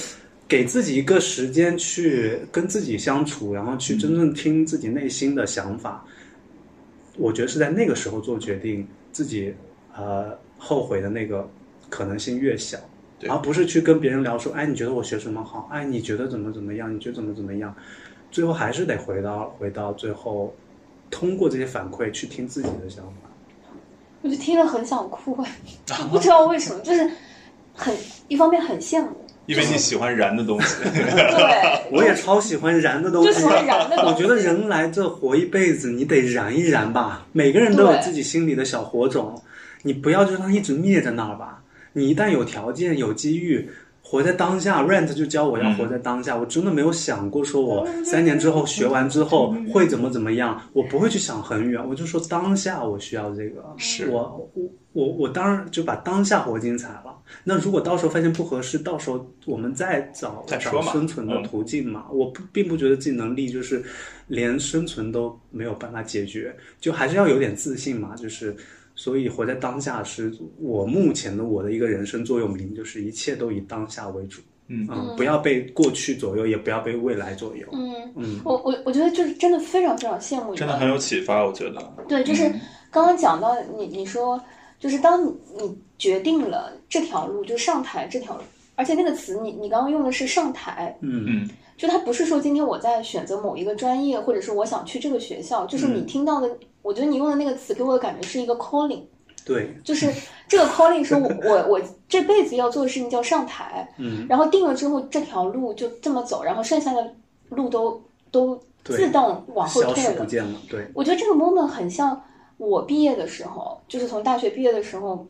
[SPEAKER 4] 给自己一个时间去跟自己相处，然后去真正听自己内心的想法，我觉得是在那个时候做决定，自己呃后悔的那个可能性越小，
[SPEAKER 3] 对
[SPEAKER 4] 而不是去跟别人聊说，哎，你觉得我学什么好？哎，你觉得怎么怎么样？你觉得怎么怎么样？最后还是得回到回到最后，通过这些反馈去听自己的想法。
[SPEAKER 2] 我就听了很想哭， 哎，我不知道为什么，就是很一方面很羡 慕，
[SPEAKER 3] 因为你喜欢燃的东西，
[SPEAKER 2] 对，
[SPEAKER 4] 我也超喜欢燃的东西，
[SPEAKER 2] 就喜欢燃的东西
[SPEAKER 4] 我觉得人来这活一辈子，你得燃一燃吧。每个人都有自己心里的小火种，你不要就让它一直灭在那儿吧。你一旦有条件、有机遇，活在当下。Rent 就教我要活在当下。我真的没有想过说我三年之后学完之后会怎么怎么样，我不会去想很远，我就说当下我需要这个。
[SPEAKER 3] 是
[SPEAKER 4] 我我我我当然就把当下活精彩了。那如果到时候发现不合适，到时候我们再找
[SPEAKER 3] 再说
[SPEAKER 4] 找
[SPEAKER 3] 嘛
[SPEAKER 4] 生存的
[SPEAKER 3] 嗯
[SPEAKER 4] 途径嘛。我不并不觉得自己能力就是连生存都没有办法解决，就还是要有点自信嘛。就是所以活在当下是我目前的我的一个人生座右铭，就是一切都以当下为主。
[SPEAKER 3] 嗯
[SPEAKER 4] 不要被过去左右，也不要被未来左右。
[SPEAKER 2] 嗯，
[SPEAKER 4] 嗯，
[SPEAKER 2] 我我我觉得就是真的非常非常羡慕你们，
[SPEAKER 3] 真的很有启发，我觉得。
[SPEAKER 2] 对，就是
[SPEAKER 4] 嗯
[SPEAKER 2] 刚刚讲到你，你说就是当你你决定了这条路，就上台这条路，而且那个词你你刚刚用的是上台，
[SPEAKER 4] 嗯
[SPEAKER 3] 嗯
[SPEAKER 2] 就它不是说今天我在选择某一个专业，或者是我想去这个学校，就是
[SPEAKER 3] 嗯
[SPEAKER 2] 你听到的，我觉得你用的那个词给我的感觉是一个 calling，
[SPEAKER 4] 对，
[SPEAKER 2] 就是这个 calling 说我我我这辈子要做的事情叫上台，
[SPEAKER 4] 嗯，
[SPEAKER 2] 然后定了之后这条路就这么走，然后剩下的路都都
[SPEAKER 4] 对
[SPEAKER 2] 自动往后
[SPEAKER 4] 消
[SPEAKER 2] 退
[SPEAKER 4] 失
[SPEAKER 2] 了
[SPEAKER 4] 不。见了。对，
[SPEAKER 2] 我觉得这个 moment 很像我毕业的时候，就是从大学毕业的时候，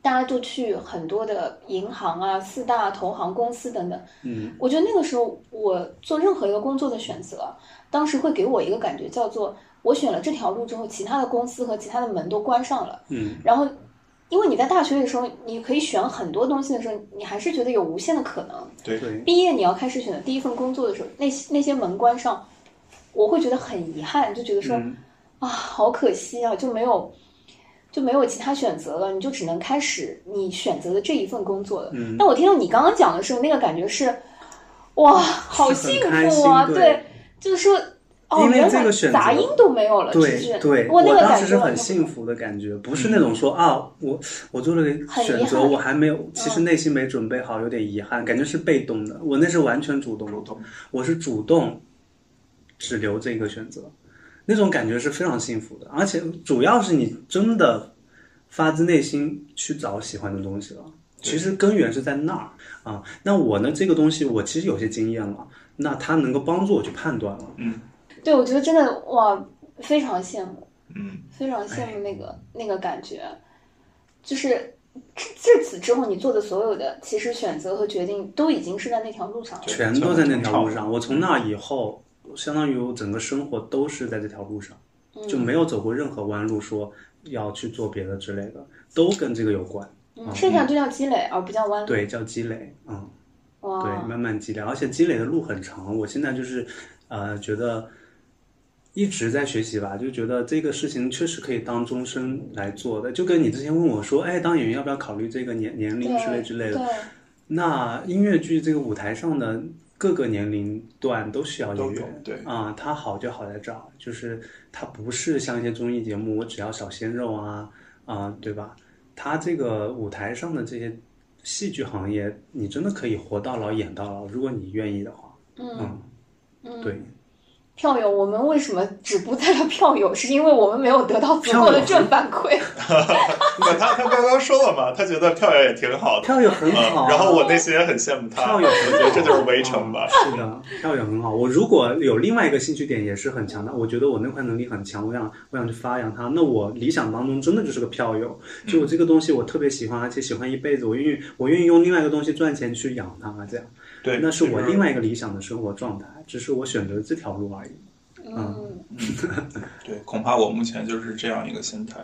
[SPEAKER 2] 大家就去很多的银行啊、四大投行公司等等。
[SPEAKER 4] 嗯
[SPEAKER 2] 我觉得那个时候，我做任何一个工作的选择，当时会给我一个感觉，叫做我选了这条路之后，其他的公司和其他的门都关上了。
[SPEAKER 4] 嗯，
[SPEAKER 2] 然后，因为你在大学的时候，你可以选很多东西的时候，你还是觉得有无限的可能。
[SPEAKER 4] 对，
[SPEAKER 2] 毕业你要开始选择第一份工作的时候，那些那些门关上，我会觉得很遗憾，就觉得说、
[SPEAKER 4] 嗯
[SPEAKER 2] 啊，好可惜啊，就没有就没有其他选择了，你就只能开始你选择的这一份工作了。
[SPEAKER 4] 嗯
[SPEAKER 2] 但我听到你刚刚讲的时候，那个感觉是哇，好
[SPEAKER 4] 是很
[SPEAKER 2] 幸
[SPEAKER 4] 开
[SPEAKER 2] 福啊，
[SPEAKER 4] 心对
[SPEAKER 2] 就是说。哦，
[SPEAKER 4] 因为
[SPEAKER 2] 原
[SPEAKER 4] 这
[SPEAKER 2] 来
[SPEAKER 4] 个选择
[SPEAKER 2] 杂音都没有了，就
[SPEAKER 4] 对
[SPEAKER 2] 是
[SPEAKER 4] 对，
[SPEAKER 2] 哇，那个
[SPEAKER 4] 当
[SPEAKER 2] 感
[SPEAKER 4] 时
[SPEAKER 2] 觉
[SPEAKER 4] 是
[SPEAKER 2] 完
[SPEAKER 4] 很
[SPEAKER 2] 全
[SPEAKER 4] 幸福的感觉，不是那种说啊，我我做了个
[SPEAKER 2] 很
[SPEAKER 4] 选
[SPEAKER 2] 遗
[SPEAKER 4] 择，
[SPEAKER 2] 憾嗯
[SPEAKER 4] 我还没有，其实内心没准备好，有点遗憾，感觉是被动的。我那是完全主动，主动，我是主动只留这个选择，那种感觉是非常幸福的，而且主要是你真的发自内心去找喜欢的东西了。其实根源是在那儿啊。那我呢，这个东西我其实有些经验了，那它能够帮助我去判断了。
[SPEAKER 2] 对，我觉得真的哇，非常羡慕，
[SPEAKER 3] 嗯，
[SPEAKER 2] 非
[SPEAKER 4] 哎
[SPEAKER 2] 常羡慕那个那个感觉，就是至至此之后你做的所有的其实选择和决定都已经是在那条路上了。
[SPEAKER 4] 全都在那条路上。我嗯从那以后，相当于我整个生活都是在这条路上，就
[SPEAKER 2] 嗯
[SPEAKER 4] 没有走过任何弯路，说要去做别的之类的，都跟这个有关。
[SPEAKER 2] 嗯，剩下就叫积累，而不叫弯路。
[SPEAKER 4] 对，叫积累，嗯，对，
[SPEAKER 2] 哇，
[SPEAKER 4] 慢慢积累，而且积累的路很长。我现在就是，呃，觉得一直在学习吧，就觉得这个事情确实可以当终身来做的。就跟你之前问我说，哎，当演员要不要考虑这个年年龄之类
[SPEAKER 2] 对
[SPEAKER 4] 之类的，
[SPEAKER 2] 对，
[SPEAKER 4] 那音乐剧这个舞台上的各个年龄段都需要
[SPEAKER 3] 都
[SPEAKER 4] 演
[SPEAKER 3] 有
[SPEAKER 4] 员，
[SPEAKER 3] 对
[SPEAKER 4] 啊、它好就好在这儿，就是它不是像一些综艺节目，我只要小鲜肉啊啊、对吧？它这个舞台上的这些戏剧行业，你真的可以活到老演到老，如果你愿意的话，
[SPEAKER 2] 嗯
[SPEAKER 4] 嗯
[SPEAKER 2] 嗯，
[SPEAKER 4] 对，
[SPEAKER 2] 票友，我们为什么止步在了票友？是因为我们没有得到足够的正反馈。
[SPEAKER 3] 那他他刚刚说了嘛，他觉得票友也挺好的，
[SPEAKER 4] 票友很好、啊
[SPEAKER 3] 嗯，然后我内心也很羡慕他，
[SPEAKER 4] 票
[SPEAKER 3] 我
[SPEAKER 4] 友很
[SPEAKER 3] 觉
[SPEAKER 4] 好，
[SPEAKER 3] 得这就是围城吧
[SPEAKER 4] 啊。 是的，票友很好。我如果有另外一个兴趣点也是很强的，我觉得我那块能力很强，我想我想去发扬它。那我理想当中真的就是个票友，就我这个东西我特别喜欢，而且喜欢一辈子，我愿意我愿意用另外一个东西赚钱去养它，这样。
[SPEAKER 3] 对，
[SPEAKER 4] 那是我另
[SPEAKER 3] 外
[SPEAKER 4] 外一个理想的生活状态，只是我选择这条路而已。
[SPEAKER 2] 嗯，
[SPEAKER 3] 对，恐怕我目前就是这样一个心态。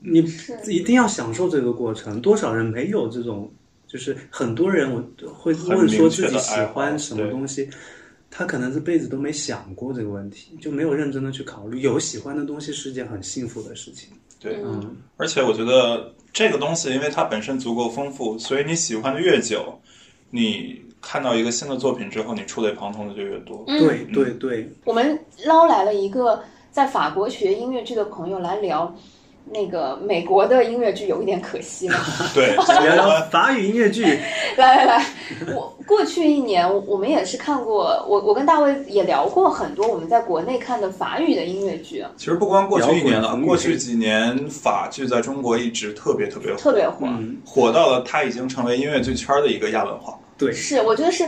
[SPEAKER 4] 你
[SPEAKER 2] 嗯是
[SPEAKER 4] 一定要享受这个过程。多少人没有这种？就是很多人我会
[SPEAKER 3] 很
[SPEAKER 4] 问说
[SPEAKER 3] 明确
[SPEAKER 4] 自
[SPEAKER 3] 的
[SPEAKER 4] 己喜
[SPEAKER 3] 爱好
[SPEAKER 4] 欢什么
[SPEAKER 3] 对
[SPEAKER 4] 东西，他可能这辈子都没想过这个问题，就没有认真的去考虑。有喜欢的东西是件很幸福的事情。
[SPEAKER 3] 对，
[SPEAKER 4] 嗯，
[SPEAKER 3] 而且我觉得这个东西，因为它本身足够丰富，所以你喜欢的越久，你看到一个新的作品之后，你触类旁通的就越多。
[SPEAKER 2] 嗯
[SPEAKER 4] 对对对，
[SPEAKER 2] 我们捞来了一个在法国学音乐剧的朋友来聊那个美国的音乐剧，有一点可惜了。
[SPEAKER 3] 对，
[SPEAKER 4] 聊聊法语音乐剧，
[SPEAKER 2] 来来来，我过去一年我们也是看过，我我跟大卫也聊过很多我们在国内看的法语的音乐剧，
[SPEAKER 3] 其实不光过去一年
[SPEAKER 4] 摇
[SPEAKER 3] 了，
[SPEAKER 4] 滚
[SPEAKER 3] 过去几年法剧在中国一直特别特别火，
[SPEAKER 2] 特别火。
[SPEAKER 3] 嗯
[SPEAKER 4] 嗯
[SPEAKER 3] 火到了它已经成为音乐剧圈的一个亚文化。
[SPEAKER 4] 对，
[SPEAKER 2] 是，我觉得是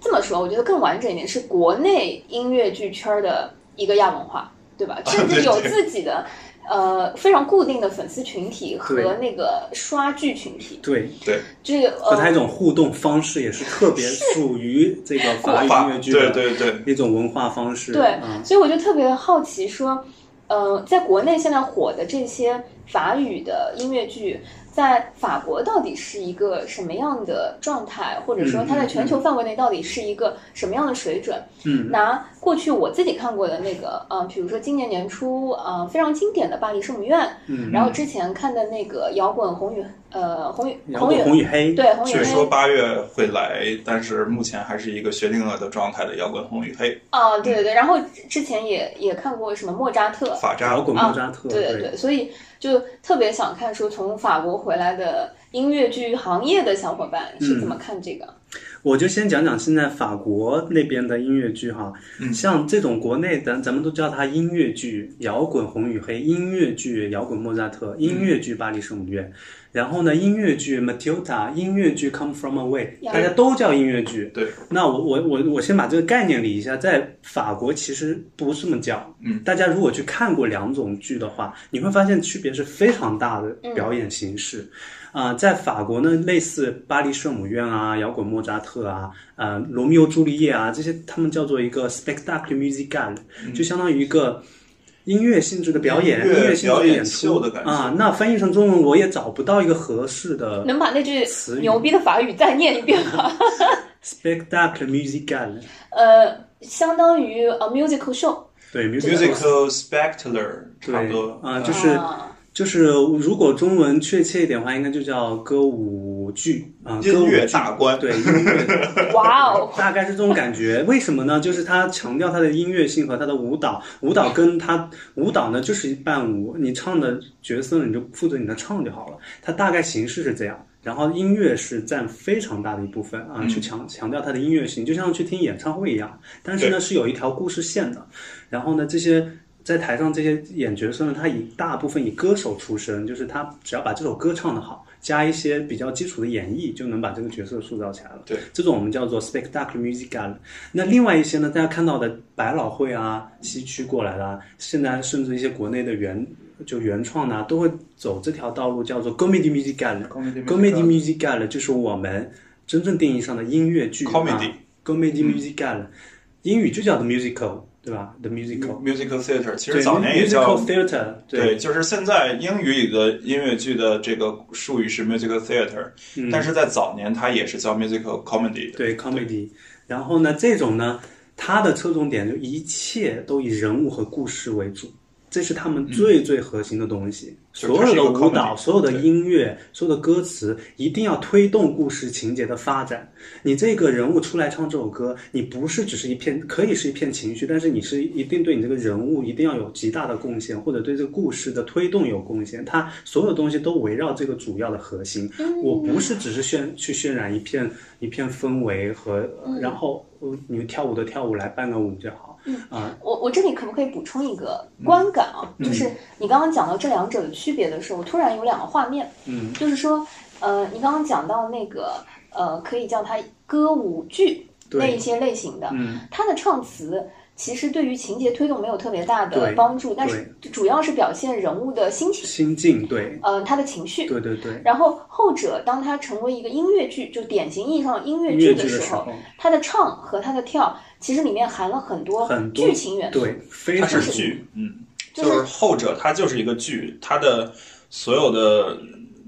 [SPEAKER 2] 这么说，我觉得更完整一点，是国内音乐剧圈儿的一个亚文化，对吧？甚至
[SPEAKER 3] 啊对
[SPEAKER 2] 有
[SPEAKER 3] 对
[SPEAKER 2] 自己的呃非常固定的粉丝群体和
[SPEAKER 4] 对
[SPEAKER 2] 那个刷剧群体，
[SPEAKER 4] 对，
[SPEAKER 3] 对，
[SPEAKER 2] 这个
[SPEAKER 4] 和它一
[SPEAKER 2] 呃
[SPEAKER 4] 种互动方式也是特别属于这个法语
[SPEAKER 3] 法
[SPEAKER 4] 音乐剧
[SPEAKER 3] 对
[SPEAKER 4] 的
[SPEAKER 3] 对对，
[SPEAKER 4] 一种文化方式。
[SPEAKER 2] 对
[SPEAKER 4] 嗯，
[SPEAKER 2] 所以我就特别好奇说，呃，在国内现在火的这些法语的音乐剧。在法国到底是一个什么样的状态，或者说它在全球范围内到底是一个什么样的水准？
[SPEAKER 4] 嗯，
[SPEAKER 2] 拿过去我自己看过的那个，呃，比如说今年年初，呃，非常经典的《巴黎圣母院》，
[SPEAKER 4] 嗯
[SPEAKER 2] 然后之前看的那个摇滚红与呃红与
[SPEAKER 4] 摇滚红
[SPEAKER 2] 与
[SPEAKER 4] 与黑，
[SPEAKER 2] 对红与
[SPEAKER 3] 据说
[SPEAKER 2] 黑
[SPEAKER 3] 八月会来，但是目前还是一个薛定谔的状态的摇滚红与黑
[SPEAKER 2] 啊，对对对，然后之前也也看过什么莫扎特，
[SPEAKER 3] 法扎。
[SPEAKER 4] 摇滚莫扎特，
[SPEAKER 2] 啊对对对，所以就特别想看说从法国回来的音乐剧行业的小伙伴
[SPEAKER 4] 嗯
[SPEAKER 2] 是怎么看这个，
[SPEAKER 4] 我就先讲讲现在法国那边的音乐剧哈，像这种国内咱咱们都叫它音乐剧、摇滚红与黑、音乐剧摇滚莫扎特、音乐剧巴黎圣母院，然后呢音乐剧 Matilda、音乐剧 Come From Away，
[SPEAKER 2] 呀
[SPEAKER 4] 大家都叫音乐剧。
[SPEAKER 3] 对，
[SPEAKER 4] 那我我我我先把这个概念理一下，在法国其实不是这么叫，
[SPEAKER 3] 嗯，
[SPEAKER 4] 大家如果去看过两种剧的话，你会发现区别是非常大的表演形式。啊、在法国呢，类似巴黎圣母院啊、摇滚莫扎特啊、呃罗密欧朱丽叶啊这些，他们叫做一个 spectacle musical，、就相当于一个音乐性质的表演、
[SPEAKER 3] 嗯音乐
[SPEAKER 4] 音乐性质
[SPEAKER 3] 表
[SPEAKER 4] 的
[SPEAKER 3] 演
[SPEAKER 4] 演出
[SPEAKER 3] 秀的感觉
[SPEAKER 4] 啊。那翻译成中文，我也找不到一个合适的
[SPEAKER 2] 能把那句
[SPEAKER 4] 嗯词语
[SPEAKER 2] 牛逼的法语再念一遍 吗？
[SPEAKER 4] spectacle musical，
[SPEAKER 2] 呃，相当于呃 musical show，
[SPEAKER 4] 对
[SPEAKER 3] Musical Spectacular 差不
[SPEAKER 4] 对
[SPEAKER 3] 多
[SPEAKER 4] 啊、就是
[SPEAKER 2] 啊
[SPEAKER 4] 就是，如果中文确切一点的话，应该就叫歌舞剧啊、歌
[SPEAKER 3] 音
[SPEAKER 4] 舞
[SPEAKER 3] 乐
[SPEAKER 4] 剧
[SPEAKER 3] 大观。
[SPEAKER 4] 对音乐。
[SPEAKER 2] 哇哦，
[SPEAKER 4] 大概是这种感觉。为什么呢？就是他强调他的音乐性和他的舞蹈，舞蹈跟他舞蹈呢就是一伴舞，你唱的角色你就负责你的唱就好了。它大概形式是这样，然后音乐是占非常大的一部分啊，去强强调它的音乐性，就像去听演唱会一样。但是呢是有一条故事线的，然后呢这些。在台上这些演角色呢，他以大部分以歌手出身，就是他只要把这首歌唱得好，加一些比较基础的演绎，就能把这个角色塑造起来了。
[SPEAKER 3] 对，
[SPEAKER 4] 这种我们叫做 spectacle musical。那另外一些呢，大家看到的百老汇啊、西区过来的、啊，现在甚至一些国内的原就原创的、啊，都会走这条道路，叫做 comedy musical。
[SPEAKER 3] Comedy
[SPEAKER 4] comedy
[SPEAKER 3] musical
[SPEAKER 4] musical 就是我们真正定义上的音乐剧
[SPEAKER 3] Comedy 嗯
[SPEAKER 4] 啊 comedy musical，、英语就叫 the musical，对吧？the musical，
[SPEAKER 3] musical theater，其嗯
[SPEAKER 4] 对
[SPEAKER 3] 实早年也
[SPEAKER 4] musical
[SPEAKER 3] 叫
[SPEAKER 4] theater，
[SPEAKER 3] 对，就是现在英语里的音乐剧的这个术语是 musical theater，、但
[SPEAKER 4] 嗯
[SPEAKER 3] 是在早年它也是叫 musical comedy 的。
[SPEAKER 4] 对 comedy。然后呢，这种呢，它的侧重点就一切都以人物和故事为主，这是他们最最核心的东西。
[SPEAKER 3] 嗯就是
[SPEAKER 4] 所
[SPEAKER 3] 它是
[SPEAKER 4] 有
[SPEAKER 3] 一个
[SPEAKER 4] 的舞蹈、
[SPEAKER 3] comedy，
[SPEAKER 4] 所有的
[SPEAKER 3] 对
[SPEAKER 4] 音乐、所有的歌词，一定要推动故事情节的发展。你这个人物出来唱这首歌，你不是只是一片，可以是一片情绪，但是你是一定对你这个人物一定要有极大的贡献，或者对这个故事的推动有贡献。它所有东西都围绕这个主要的核心。我不是只是渲去渲染一片一片氛围和，
[SPEAKER 2] 嗯
[SPEAKER 4] 呃然后呃你们跳舞的跳舞来伴个舞就好。
[SPEAKER 2] 嗯
[SPEAKER 4] 啊
[SPEAKER 2] 我我这里可不可以补充一个
[SPEAKER 4] 嗯
[SPEAKER 2] 观感啊？就是你刚刚讲到这两者的区别的时候，我突然有两个画面，
[SPEAKER 4] 嗯，
[SPEAKER 2] 就是说，呃，你刚刚讲到那个呃，可以叫它歌舞剧
[SPEAKER 4] 对
[SPEAKER 2] 那一些类型的，
[SPEAKER 4] 嗯，
[SPEAKER 2] 它的唱词其实对于情节推动没有特别大的
[SPEAKER 4] 对
[SPEAKER 2] 帮助，但是主要是表现人物的心情，
[SPEAKER 4] 心境对，
[SPEAKER 2] 呃，他的情绪。
[SPEAKER 4] 对对对，
[SPEAKER 2] 然后后者当它成为一个音乐剧，就典型意义上的音乐
[SPEAKER 4] 音
[SPEAKER 2] 剧
[SPEAKER 4] 乐
[SPEAKER 2] 的
[SPEAKER 4] 剧的
[SPEAKER 2] 时
[SPEAKER 4] 时
[SPEAKER 2] 候
[SPEAKER 4] 候，，
[SPEAKER 2] 它的唱和它的跳，其实里面含了很多
[SPEAKER 4] 很多
[SPEAKER 2] 剧情元素。
[SPEAKER 4] 对，非
[SPEAKER 3] 它
[SPEAKER 4] 常
[SPEAKER 3] 是剧，嗯，
[SPEAKER 2] 就
[SPEAKER 3] 就是是后者它就是一个剧，它的所有的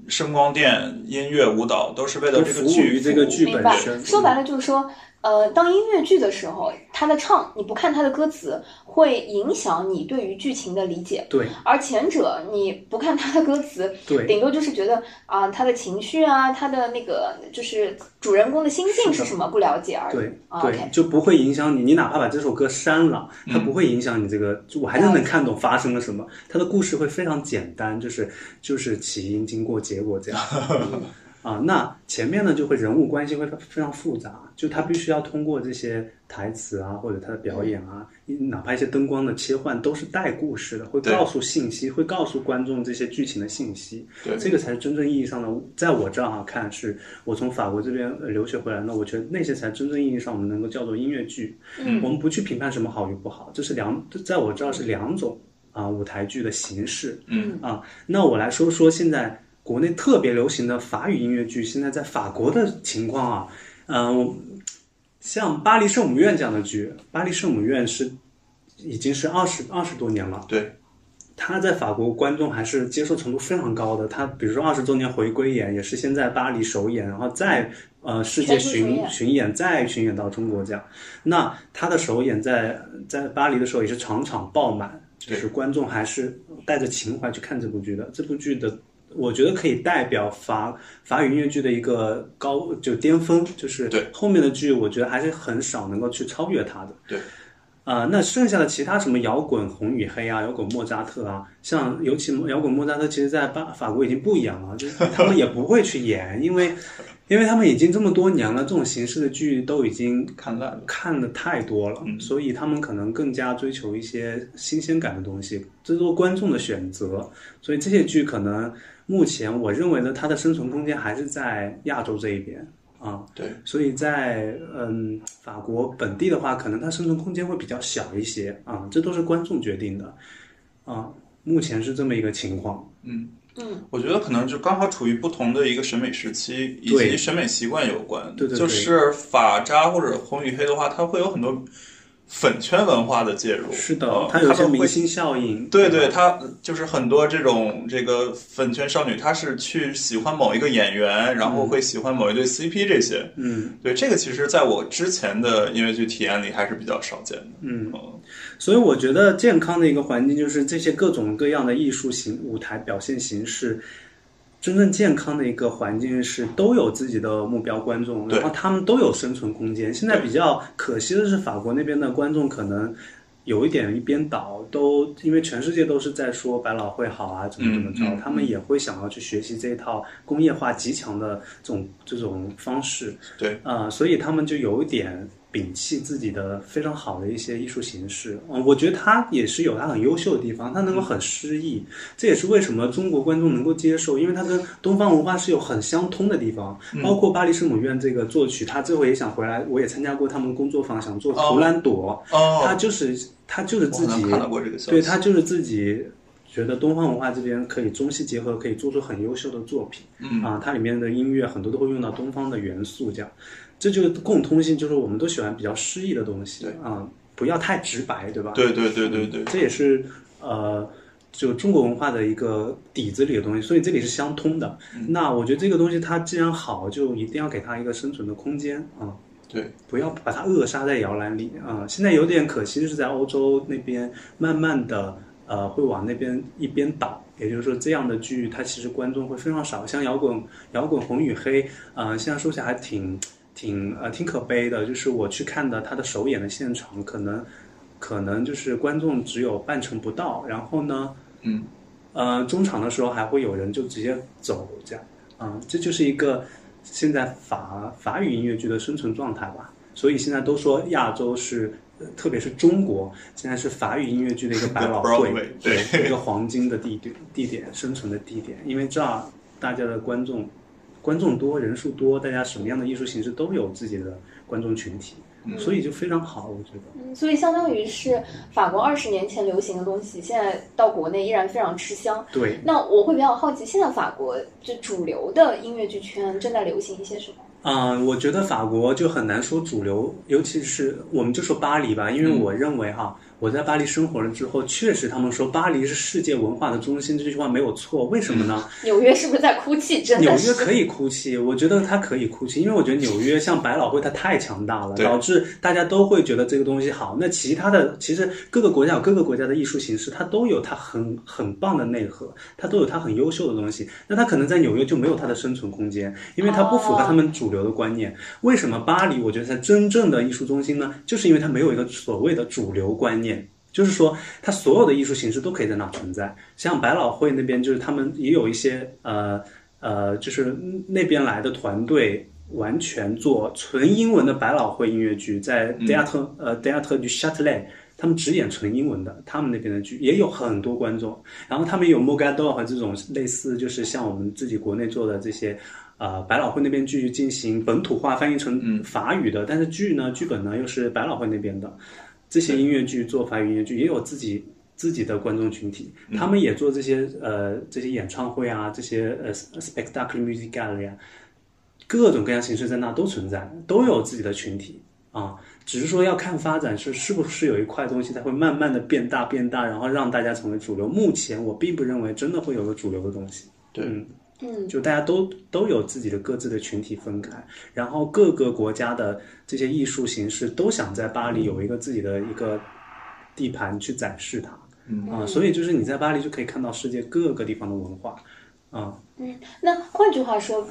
[SPEAKER 3] 声光电、音乐、舞蹈都是为了这
[SPEAKER 4] 都
[SPEAKER 3] 个
[SPEAKER 4] 服务于
[SPEAKER 3] 剧
[SPEAKER 4] 这个剧
[SPEAKER 3] 服
[SPEAKER 2] 明
[SPEAKER 3] 务
[SPEAKER 4] 本
[SPEAKER 2] 白
[SPEAKER 4] 身，嗯
[SPEAKER 2] 说白了就是说，呃，当音乐剧的时候，它的唱，你不看它的歌词，会影响你对于剧情的理解；
[SPEAKER 4] 对
[SPEAKER 2] 而前者，你不看它的歌词，
[SPEAKER 4] 对
[SPEAKER 2] 顶多就是觉得啊、他的情绪啊，他的那个就是主人公的心境
[SPEAKER 4] 是
[SPEAKER 2] 是
[SPEAKER 4] 的
[SPEAKER 2] 什么不了解而已。
[SPEAKER 4] 对
[SPEAKER 2] 啊
[SPEAKER 4] 对，
[SPEAKER 2] OK，
[SPEAKER 4] 就不会影响你。你哪怕把这首歌删了，它
[SPEAKER 3] 嗯
[SPEAKER 4] 不会影响你这个，就我还是能看懂发生了什么。它的故事会非常简单，就是就是起因、经过、结果 这样。啊，那前面呢就会人物关系会非常复杂，就他必须要通过这些台词啊，或者他的表演啊，
[SPEAKER 2] 嗯
[SPEAKER 4] 哪怕一些灯光的切换，都是带故事的，会
[SPEAKER 3] 对
[SPEAKER 4] 告诉信息，会告诉观众这些剧情的信息。
[SPEAKER 3] 对
[SPEAKER 4] 这个才是真正意义上的，在我这儿哈看是，我从法国这边呃留学回来，那我觉得那些才真正意义上我们能够叫做音乐剧。
[SPEAKER 2] 嗯
[SPEAKER 4] 我们不去评判什么好与不好，这是两，这在我这儿是两种啊、舞台剧的形式。
[SPEAKER 3] 嗯
[SPEAKER 4] 啊，那我来说说现在国内特别流行的法语音乐剧，现在在法国的情况啊，嗯、我像巴黎圣母院这样的剧，巴黎圣母院是已经是二十二十多年了。
[SPEAKER 3] 对，
[SPEAKER 4] 他在法国观众还是接受程度非常高的。他比如说二十周年回归演，也是先在巴黎首演，然后再呃世
[SPEAKER 2] 全
[SPEAKER 4] 界
[SPEAKER 2] 嗯球巡
[SPEAKER 4] 巡
[SPEAKER 2] 演
[SPEAKER 4] 巡演，再巡演到中国这样。那他的首演在在巴黎的时候也是场场爆满，就是观众还是带着情怀去看这部剧的。这部剧的。我觉得可以代表法法语音乐剧的一个高就巅峰，就是
[SPEAKER 3] 对
[SPEAKER 4] 后面的剧，我觉得还是很少能够去超越它的。
[SPEAKER 3] 对，
[SPEAKER 4] 啊、那剩下的其他什么摇滚红与黑啊，摇滚莫扎特啊，像尤其摇滚莫扎特，其实在巴法国已经不一样了，就是 他们也不会去演，因为因为他们已经这么多年了，这种形式的剧都已经
[SPEAKER 3] 看烂了。
[SPEAKER 4] 看的太多了，
[SPEAKER 3] 嗯
[SPEAKER 4] 所以他们可能更加追求一些新鲜感的东西，这都是观众的选择。所以这些剧可能目前我认为呢，它的生存空间还是在亚洲这一边啊。
[SPEAKER 3] 对，
[SPEAKER 4] 所以在嗯法国本地的话，可能它生存空间会比较小一些啊，这都是观众决定的啊。目前是这么一个情况，
[SPEAKER 3] 嗯
[SPEAKER 2] 嗯，
[SPEAKER 3] 我觉得可能就刚好处于不同的一个审美时期，以
[SPEAKER 4] 对
[SPEAKER 3] 及审美习惯有关。
[SPEAKER 4] 对对对
[SPEAKER 3] 就是法扎或者红与黑的话，它会有很多粉圈文化的介入。
[SPEAKER 4] 是的
[SPEAKER 3] 呃，
[SPEAKER 4] 它有一些
[SPEAKER 3] 们会
[SPEAKER 4] 明星效应，
[SPEAKER 3] 对对，
[SPEAKER 4] 吧
[SPEAKER 3] 她就是很多这种这个粉圈少女，她是去喜欢某一个演员，然后会喜欢某一对 CP 这些。
[SPEAKER 4] 嗯。
[SPEAKER 3] 对，这个其实在我之前的音乐剧体验里还是比较少见的。
[SPEAKER 4] 嗯
[SPEAKER 3] 嗯，
[SPEAKER 4] 所以我觉得健康的一个环境就是这些各种各样的艺术形舞台表现形式，真正健康的一个环境是都有自己的目标观众，
[SPEAKER 3] 对
[SPEAKER 4] 然后他们都有生存空间。现在比较可惜的是，法国那边的观众可能。有一点一边倒，都因为全世界都是在说百老汇好啊，怎么怎么着，
[SPEAKER 3] 嗯嗯
[SPEAKER 4] 他们也会想要去学习这一套工业化极强的这种这种方式，
[SPEAKER 3] 对
[SPEAKER 4] 啊、所以他们就有一点摒弃自己的非常好的一些艺术形式。嗯，我觉得他也是有他很优秀的地方，他能
[SPEAKER 3] 嗯
[SPEAKER 4] 够很诗意，这也是为什么中国观众能够接受，因为它跟东方文化是有很相通的地方。
[SPEAKER 3] 嗯
[SPEAKER 4] 包括巴黎圣母院这个作曲，他这回也想回来，我也参加过他们工作坊，想做《图兰朵》他
[SPEAKER 3] 哦，
[SPEAKER 4] 就是他就是
[SPEAKER 3] 我
[SPEAKER 4] 自
[SPEAKER 3] 好像
[SPEAKER 4] 己
[SPEAKER 3] 看到过这个消息。
[SPEAKER 4] 对他就是自己觉得东方文化这边可以中西结合，可以做出很优秀的作品。
[SPEAKER 3] 嗯
[SPEAKER 4] 啊，它里面的音乐很多都会用到东方的元素，这样，这就是共通性，就是我们都喜欢比较诗意的东西。
[SPEAKER 3] 对
[SPEAKER 4] 啊，不要太直白，对吧？
[SPEAKER 3] 对对对对对，
[SPEAKER 4] 嗯这也是呃，就中国文化的一个底子里的东西，所以这里是相通的。
[SPEAKER 3] 嗯
[SPEAKER 4] 那我觉得这个东西它既然好，就一定要给它一个生存的空间啊。
[SPEAKER 3] 对，
[SPEAKER 4] 不要把它扼杀在摇篮里啊、现在有点可惜，就是在欧洲那边慢慢的呃会往那边一边倒，也就是说这样的剧它其实观众会非常少。像摇滚摇滚红与黑，呃，现在说起来还挺挺呃挺可悲的，就是我去看的他的首演的现场，可能可能就是观众只有半程不到，然后呢，
[SPEAKER 3] 嗯，
[SPEAKER 4] 呃，中场的时候还会有人就直接走这样，啊、这就是一个现在法法语音乐剧的生存状态吧。所以现在都说亚洲是，呃特别是中国，现在是法语音乐剧的一个百老汇
[SPEAKER 3] Broadway，，对，
[SPEAKER 4] 一个黄金的地点地点生存的地点，因为这儿大家的观众观众多，人数多，大家什么样的艺术形式都有自己的观众群体，
[SPEAKER 3] 嗯
[SPEAKER 4] 所以就非常好，我觉得。
[SPEAKER 2] 嗯所以相当于是法国二十年前流行的东西，现在到国内依然非常吃香。
[SPEAKER 4] 对，
[SPEAKER 2] 那我会比较好奇，现在法国就主流的音乐剧圈正在流行一些什么？
[SPEAKER 4] 嗯，我觉得法国就很难说主流，尤其是我们就说巴黎吧，因为
[SPEAKER 3] 嗯
[SPEAKER 4] 我认为哈，我在巴黎生活了之后，确实他们说巴黎是世界文化的中心，这句话没有错，为什么呢？
[SPEAKER 2] 纽约是不是在哭泣？嗯真
[SPEAKER 4] 纽
[SPEAKER 2] 的
[SPEAKER 4] 约
[SPEAKER 2] 是
[SPEAKER 4] 可以哭泣，我觉得它可以哭泣，因为我觉得纽约像百老汇它太强大了，
[SPEAKER 3] 对
[SPEAKER 4] 导致大家都会觉得这个东西好。那其他的其实各个国家有各个国家的艺术形式，它都有它很很棒的内核，它都有它很优秀的东西。那它可能在纽约就没有它的生存空间，因为它不符合他们主流的观念。为什么巴黎我觉得它真正的艺术中心呢？就是因为它没有一个所谓的主流观念。就是说，它所有的艺术形式都可以在那儿存在。像百老汇那边，就是他们也有一些呃呃，就是那边来的团队完全做纯英文的百老汇音乐剧，在 Theatre、呃 Theatre du Châtelet，他们只演纯英文的，他们那边的剧也有很多观众。然后他们有 m o g a d o 和这种类似，就是像我们自己国内做的这些。呃，百老汇那边剧进行本土化翻译成法语的，但是剧呢，剧本呢又是百老汇那边的，这些音乐剧做法语音乐剧也有自己自己的观众群体，他们也做这些呃这些演唱会啊，这些呃 spectacle music gallery 啊，各种各样形式在那都存在，都有自己的群体啊。只是说要看发展是是不是有一块东西它会慢慢的变大变大，然后让大家成为主流。目前我并不认为真的会有个主流的东西。
[SPEAKER 3] 对
[SPEAKER 4] 嗯，
[SPEAKER 2] 嗯，
[SPEAKER 4] 就大家都都有自己的各自的群体分开，然后各个国家的这些艺术形式都想在巴黎有一个自己的一个地盘去展示它，
[SPEAKER 3] 嗯
[SPEAKER 4] 啊，所以就是你在巴黎就可以看到世界各个地方的文化，啊，
[SPEAKER 2] 那换句话说，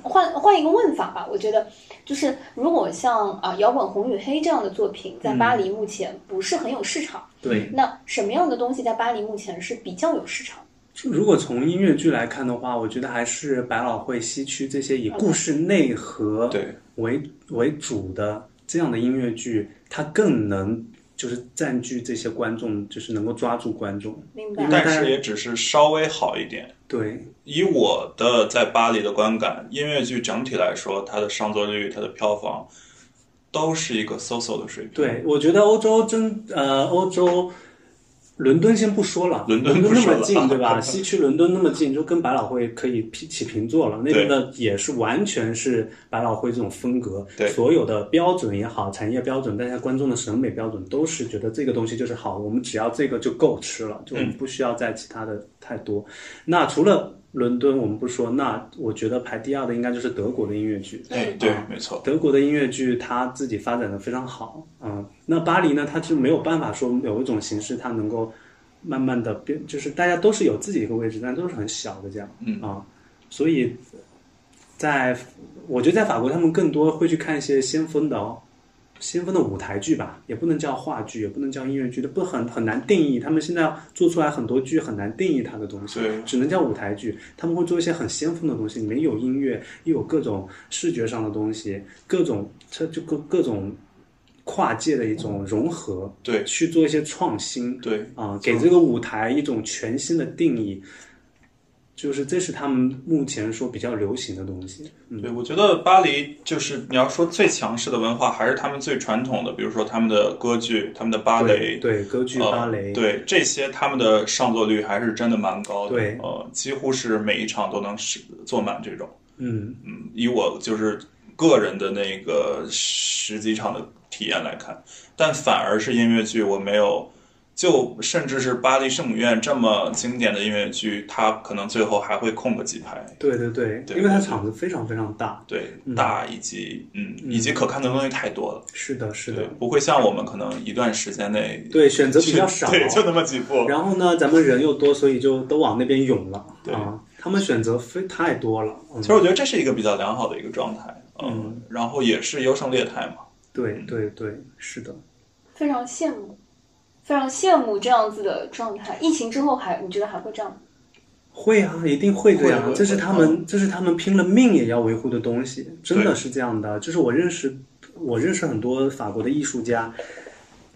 [SPEAKER 2] 换换一个问法吧，我觉得就是如果像啊、摇滚红与黑这样的作品
[SPEAKER 4] 嗯
[SPEAKER 2] 在巴黎目前不是很有市场，
[SPEAKER 4] 对。
[SPEAKER 2] 那什么样的东西在巴黎目前是比较有市场？
[SPEAKER 4] 如果从音乐剧来看的话，我觉得还是百老汇西区这些以故事内核
[SPEAKER 3] 对
[SPEAKER 4] 为为主的这样的音乐剧，它更能就是占据这些观众，就是能够抓住观众，
[SPEAKER 2] 明
[SPEAKER 4] 因
[SPEAKER 2] 白
[SPEAKER 4] 为？
[SPEAKER 3] 但是也只是稍微好一点。
[SPEAKER 4] 对，
[SPEAKER 3] 以我的在巴黎的观感，音乐剧整体来说，它的上座率、它的票房，都是一个 so so 的水平。
[SPEAKER 4] 对，我觉得欧洲真呃，欧洲伦敦先不说了，
[SPEAKER 3] 伦
[SPEAKER 4] 伦
[SPEAKER 3] 敦不
[SPEAKER 4] 那
[SPEAKER 3] 说
[SPEAKER 4] 么
[SPEAKER 3] 了
[SPEAKER 4] 近，对吧？西区伦敦那么近，就跟百老汇可以平起平坐了。那边的也是完全是百老汇这种风格，
[SPEAKER 3] 对
[SPEAKER 4] 所有的标准也好，产业标准，大家观众的审美标准都是觉得这个东西就是好，我们只要这个就够吃了，就我们
[SPEAKER 3] 嗯
[SPEAKER 4] 不需要再其他的太多。那除了伦敦，我们不说，那我觉得排第二的应该就是德国的音乐剧。
[SPEAKER 3] 哎，对，
[SPEAKER 4] 嗯
[SPEAKER 3] 没错。
[SPEAKER 4] 德国的音乐剧它自己发展的非常好，嗯，那巴黎呢，它是没有办法说有一种形式它能够慢慢的变，就是大家都是有自己一个位置，但都是很小的这样，
[SPEAKER 3] 嗯
[SPEAKER 4] 啊，所以在我觉得在法国他们更多会去看一些先锋的哦。先锋的舞台剧吧，也不能叫话剧，也不能叫音乐剧，都不很很难定义。他们现在做出来很多剧很难定义它的东西
[SPEAKER 3] 对，
[SPEAKER 4] 只能叫舞台剧。他们会做一些很先锋的东西，里面有音乐，又有各种视觉上的东西，各种这就各各种跨界的一种融合，
[SPEAKER 3] 对嗯
[SPEAKER 4] 去做一些创新，
[SPEAKER 3] 对，
[SPEAKER 4] 啊，给这个舞台一种全新的定义，就是这是他们目前说比较流行的东西。
[SPEAKER 3] 对，我觉得巴黎就是你要说最强势的文化，还是他们最传统的，比如说他们的歌剧、他们的芭
[SPEAKER 4] 对
[SPEAKER 3] 蕾、
[SPEAKER 4] 对，歌剧、
[SPEAKER 3] 呃
[SPEAKER 4] 芭蕾，
[SPEAKER 3] 对这些他们的上座率还是真的蛮高的，
[SPEAKER 4] 对
[SPEAKER 3] 呃，几乎是每一场都能是坐满这种。
[SPEAKER 4] 嗯，
[SPEAKER 3] 嗯，以我就是个人的那个十几场的体验来看，但反而是音乐剧，我没有，就甚至是巴黎圣母院这么经典的音乐剧，它可能最后还会空个几排，
[SPEAKER 4] 对对对，
[SPEAKER 3] 对
[SPEAKER 4] 因为它场子非常非常大。
[SPEAKER 3] 对，大以及嗯，以及可看的东西太多了，
[SPEAKER 4] 是的，是
[SPEAKER 3] 对
[SPEAKER 4] 的，，
[SPEAKER 3] 不会像我们可能一段时间内
[SPEAKER 4] 对，选择比较
[SPEAKER 3] 就
[SPEAKER 4] 少。
[SPEAKER 3] 对，就那么几部，
[SPEAKER 4] 然后呢，咱们人又多，所以就都往那边涌了。
[SPEAKER 3] 对
[SPEAKER 4] 啊，他们选择非太多了。嗯
[SPEAKER 3] 其实我觉得这是一个比较良好的一个状态，嗯，然后也是优胜劣汰嘛，
[SPEAKER 4] 对对对，是的。
[SPEAKER 2] 非常羡慕，非常羡慕这样子的状态。疫情之后还你觉得还会这样吗？
[SPEAKER 4] 会啊，一定会的呀、
[SPEAKER 3] 会会嗯
[SPEAKER 4] 这是他们，这是他们拼了命也要维护的东西，真的
[SPEAKER 3] 对
[SPEAKER 4] 是这样的。就是我认识，我认识很多法国的艺术家，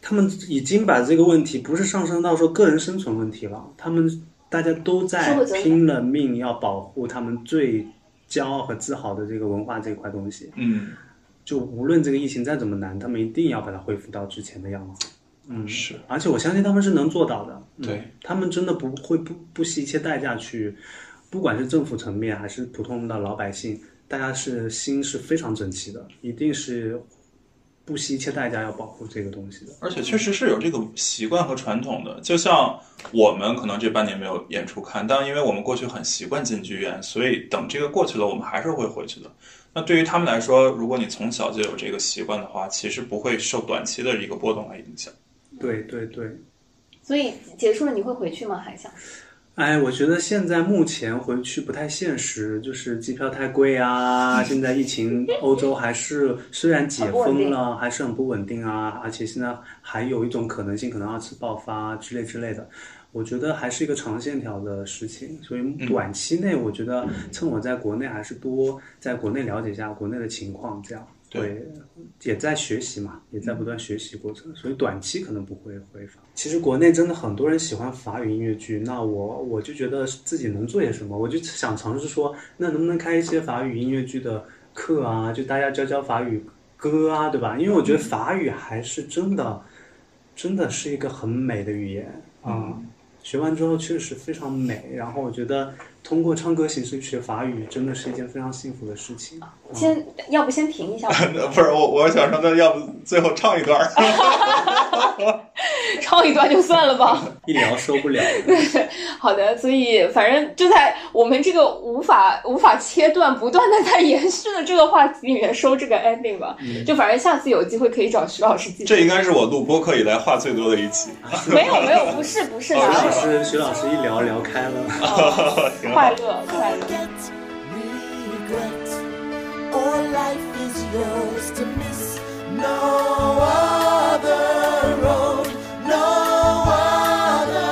[SPEAKER 4] 他们已经把这个问题不是上升到说个人生存问题了，他们大家都
[SPEAKER 2] 社
[SPEAKER 4] 在
[SPEAKER 2] 会责任
[SPEAKER 4] 拼了命要保护他们最骄傲和自豪的这个文化这一块东西。
[SPEAKER 3] 嗯，
[SPEAKER 4] 就无论这个疫情再怎么难，他们一定要把它恢复到之前的样子。嗯，
[SPEAKER 3] 是。
[SPEAKER 4] 而且我相信他们是能做到的。嗯
[SPEAKER 3] 对，
[SPEAKER 4] 他们真的不会不不惜一切代价去，不管是政府层面还是普通的老百姓，大家是心是非常整齐的，一定是不惜一切代价要保护这个东西的。
[SPEAKER 3] 而且确实是有这个习惯和传统的，就像我们可能这半年没有演出看，但因为我们过去很习惯进剧院，所以等这个过去了，我们还是会回去的。那对于他们来说，如果你从小就有这个习惯的话，其实不会受短期的一个波动来影响。
[SPEAKER 4] 对对对，
[SPEAKER 2] 所以结束了你会回去吗？还想？
[SPEAKER 4] 哎，我觉得现在目前回去不太现实，就是机票太贵啊。现在疫情，欧洲还是虽然解封了，还是很不稳定啊。而且现在还有一种可能性，可能二次爆发之类之类的。我觉得还是一个长线条的事情，所以短期内，我觉得趁我在国内还是多在国内了解一下国内的情况，这样
[SPEAKER 3] 对
[SPEAKER 4] 对，也在学习嘛，也在不断学习过程，所以短期可能不会回法。其实国内真的很多人喜欢法语音乐剧，那我我就觉得自己能做些什么，我就想尝试说，那能不能开一些法语音乐剧的课啊，就大家教教法语歌啊，对吧？因为我觉得法语还是真的，真的是一个很美的语言啊。学完之后确实非常美，然后我觉得通过唱歌形式学法语真的是一件非常幸福的事情。
[SPEAKER 2] 先要不先停一 下吧，
[SPEAKER 3] 不是我，我想说，那要不最后唱一段儿？
[SPEAKER 2] 唱一段就算了吧。
[SPEAKER 4] 一聊受不了，
[SPEAKER 2] 好的，所以反正就在我们这个无法无法切断、不断的在延续的这个话题里面收这个 ending 吧。
[SPEAKER 3] 嗯
[SPEAKER 2] 就反正下次有机会可以找徐老师继续。
[SPEAKER 3] 这应该是我录播客以来话最多的一期。
[SPEAKER 2] 没有没有，不是不是，
[SPEAKER 3] 哦
[SPEAKER 2] 哪
[SPEAKER 4] 徐老
[SPEAKER 2] 有
[SPEAKER 4] 师，徐老师一聊聊开了。
[SPEAKER 3] 挺好
[SPEAKER 2] 快。乐快乐。
[SPEAKER 5] forget, regret. All life is yours to miss. No other road, no other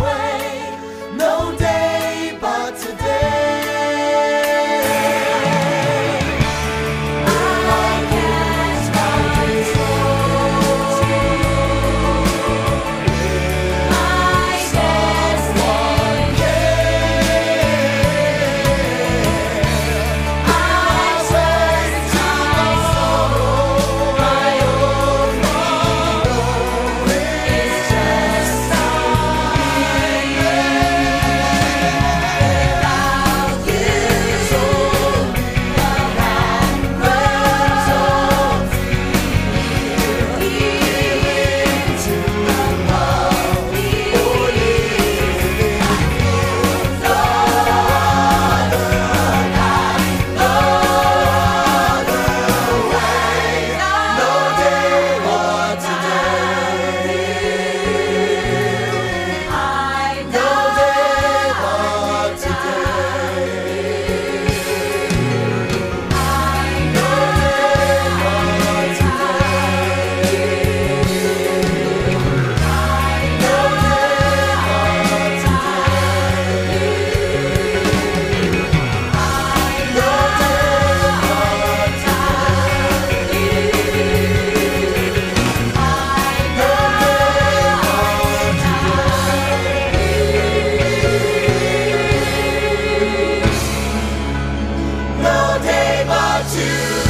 [SPEAKER 5] way, no day but today. I can't I someone I say to my soul, my own to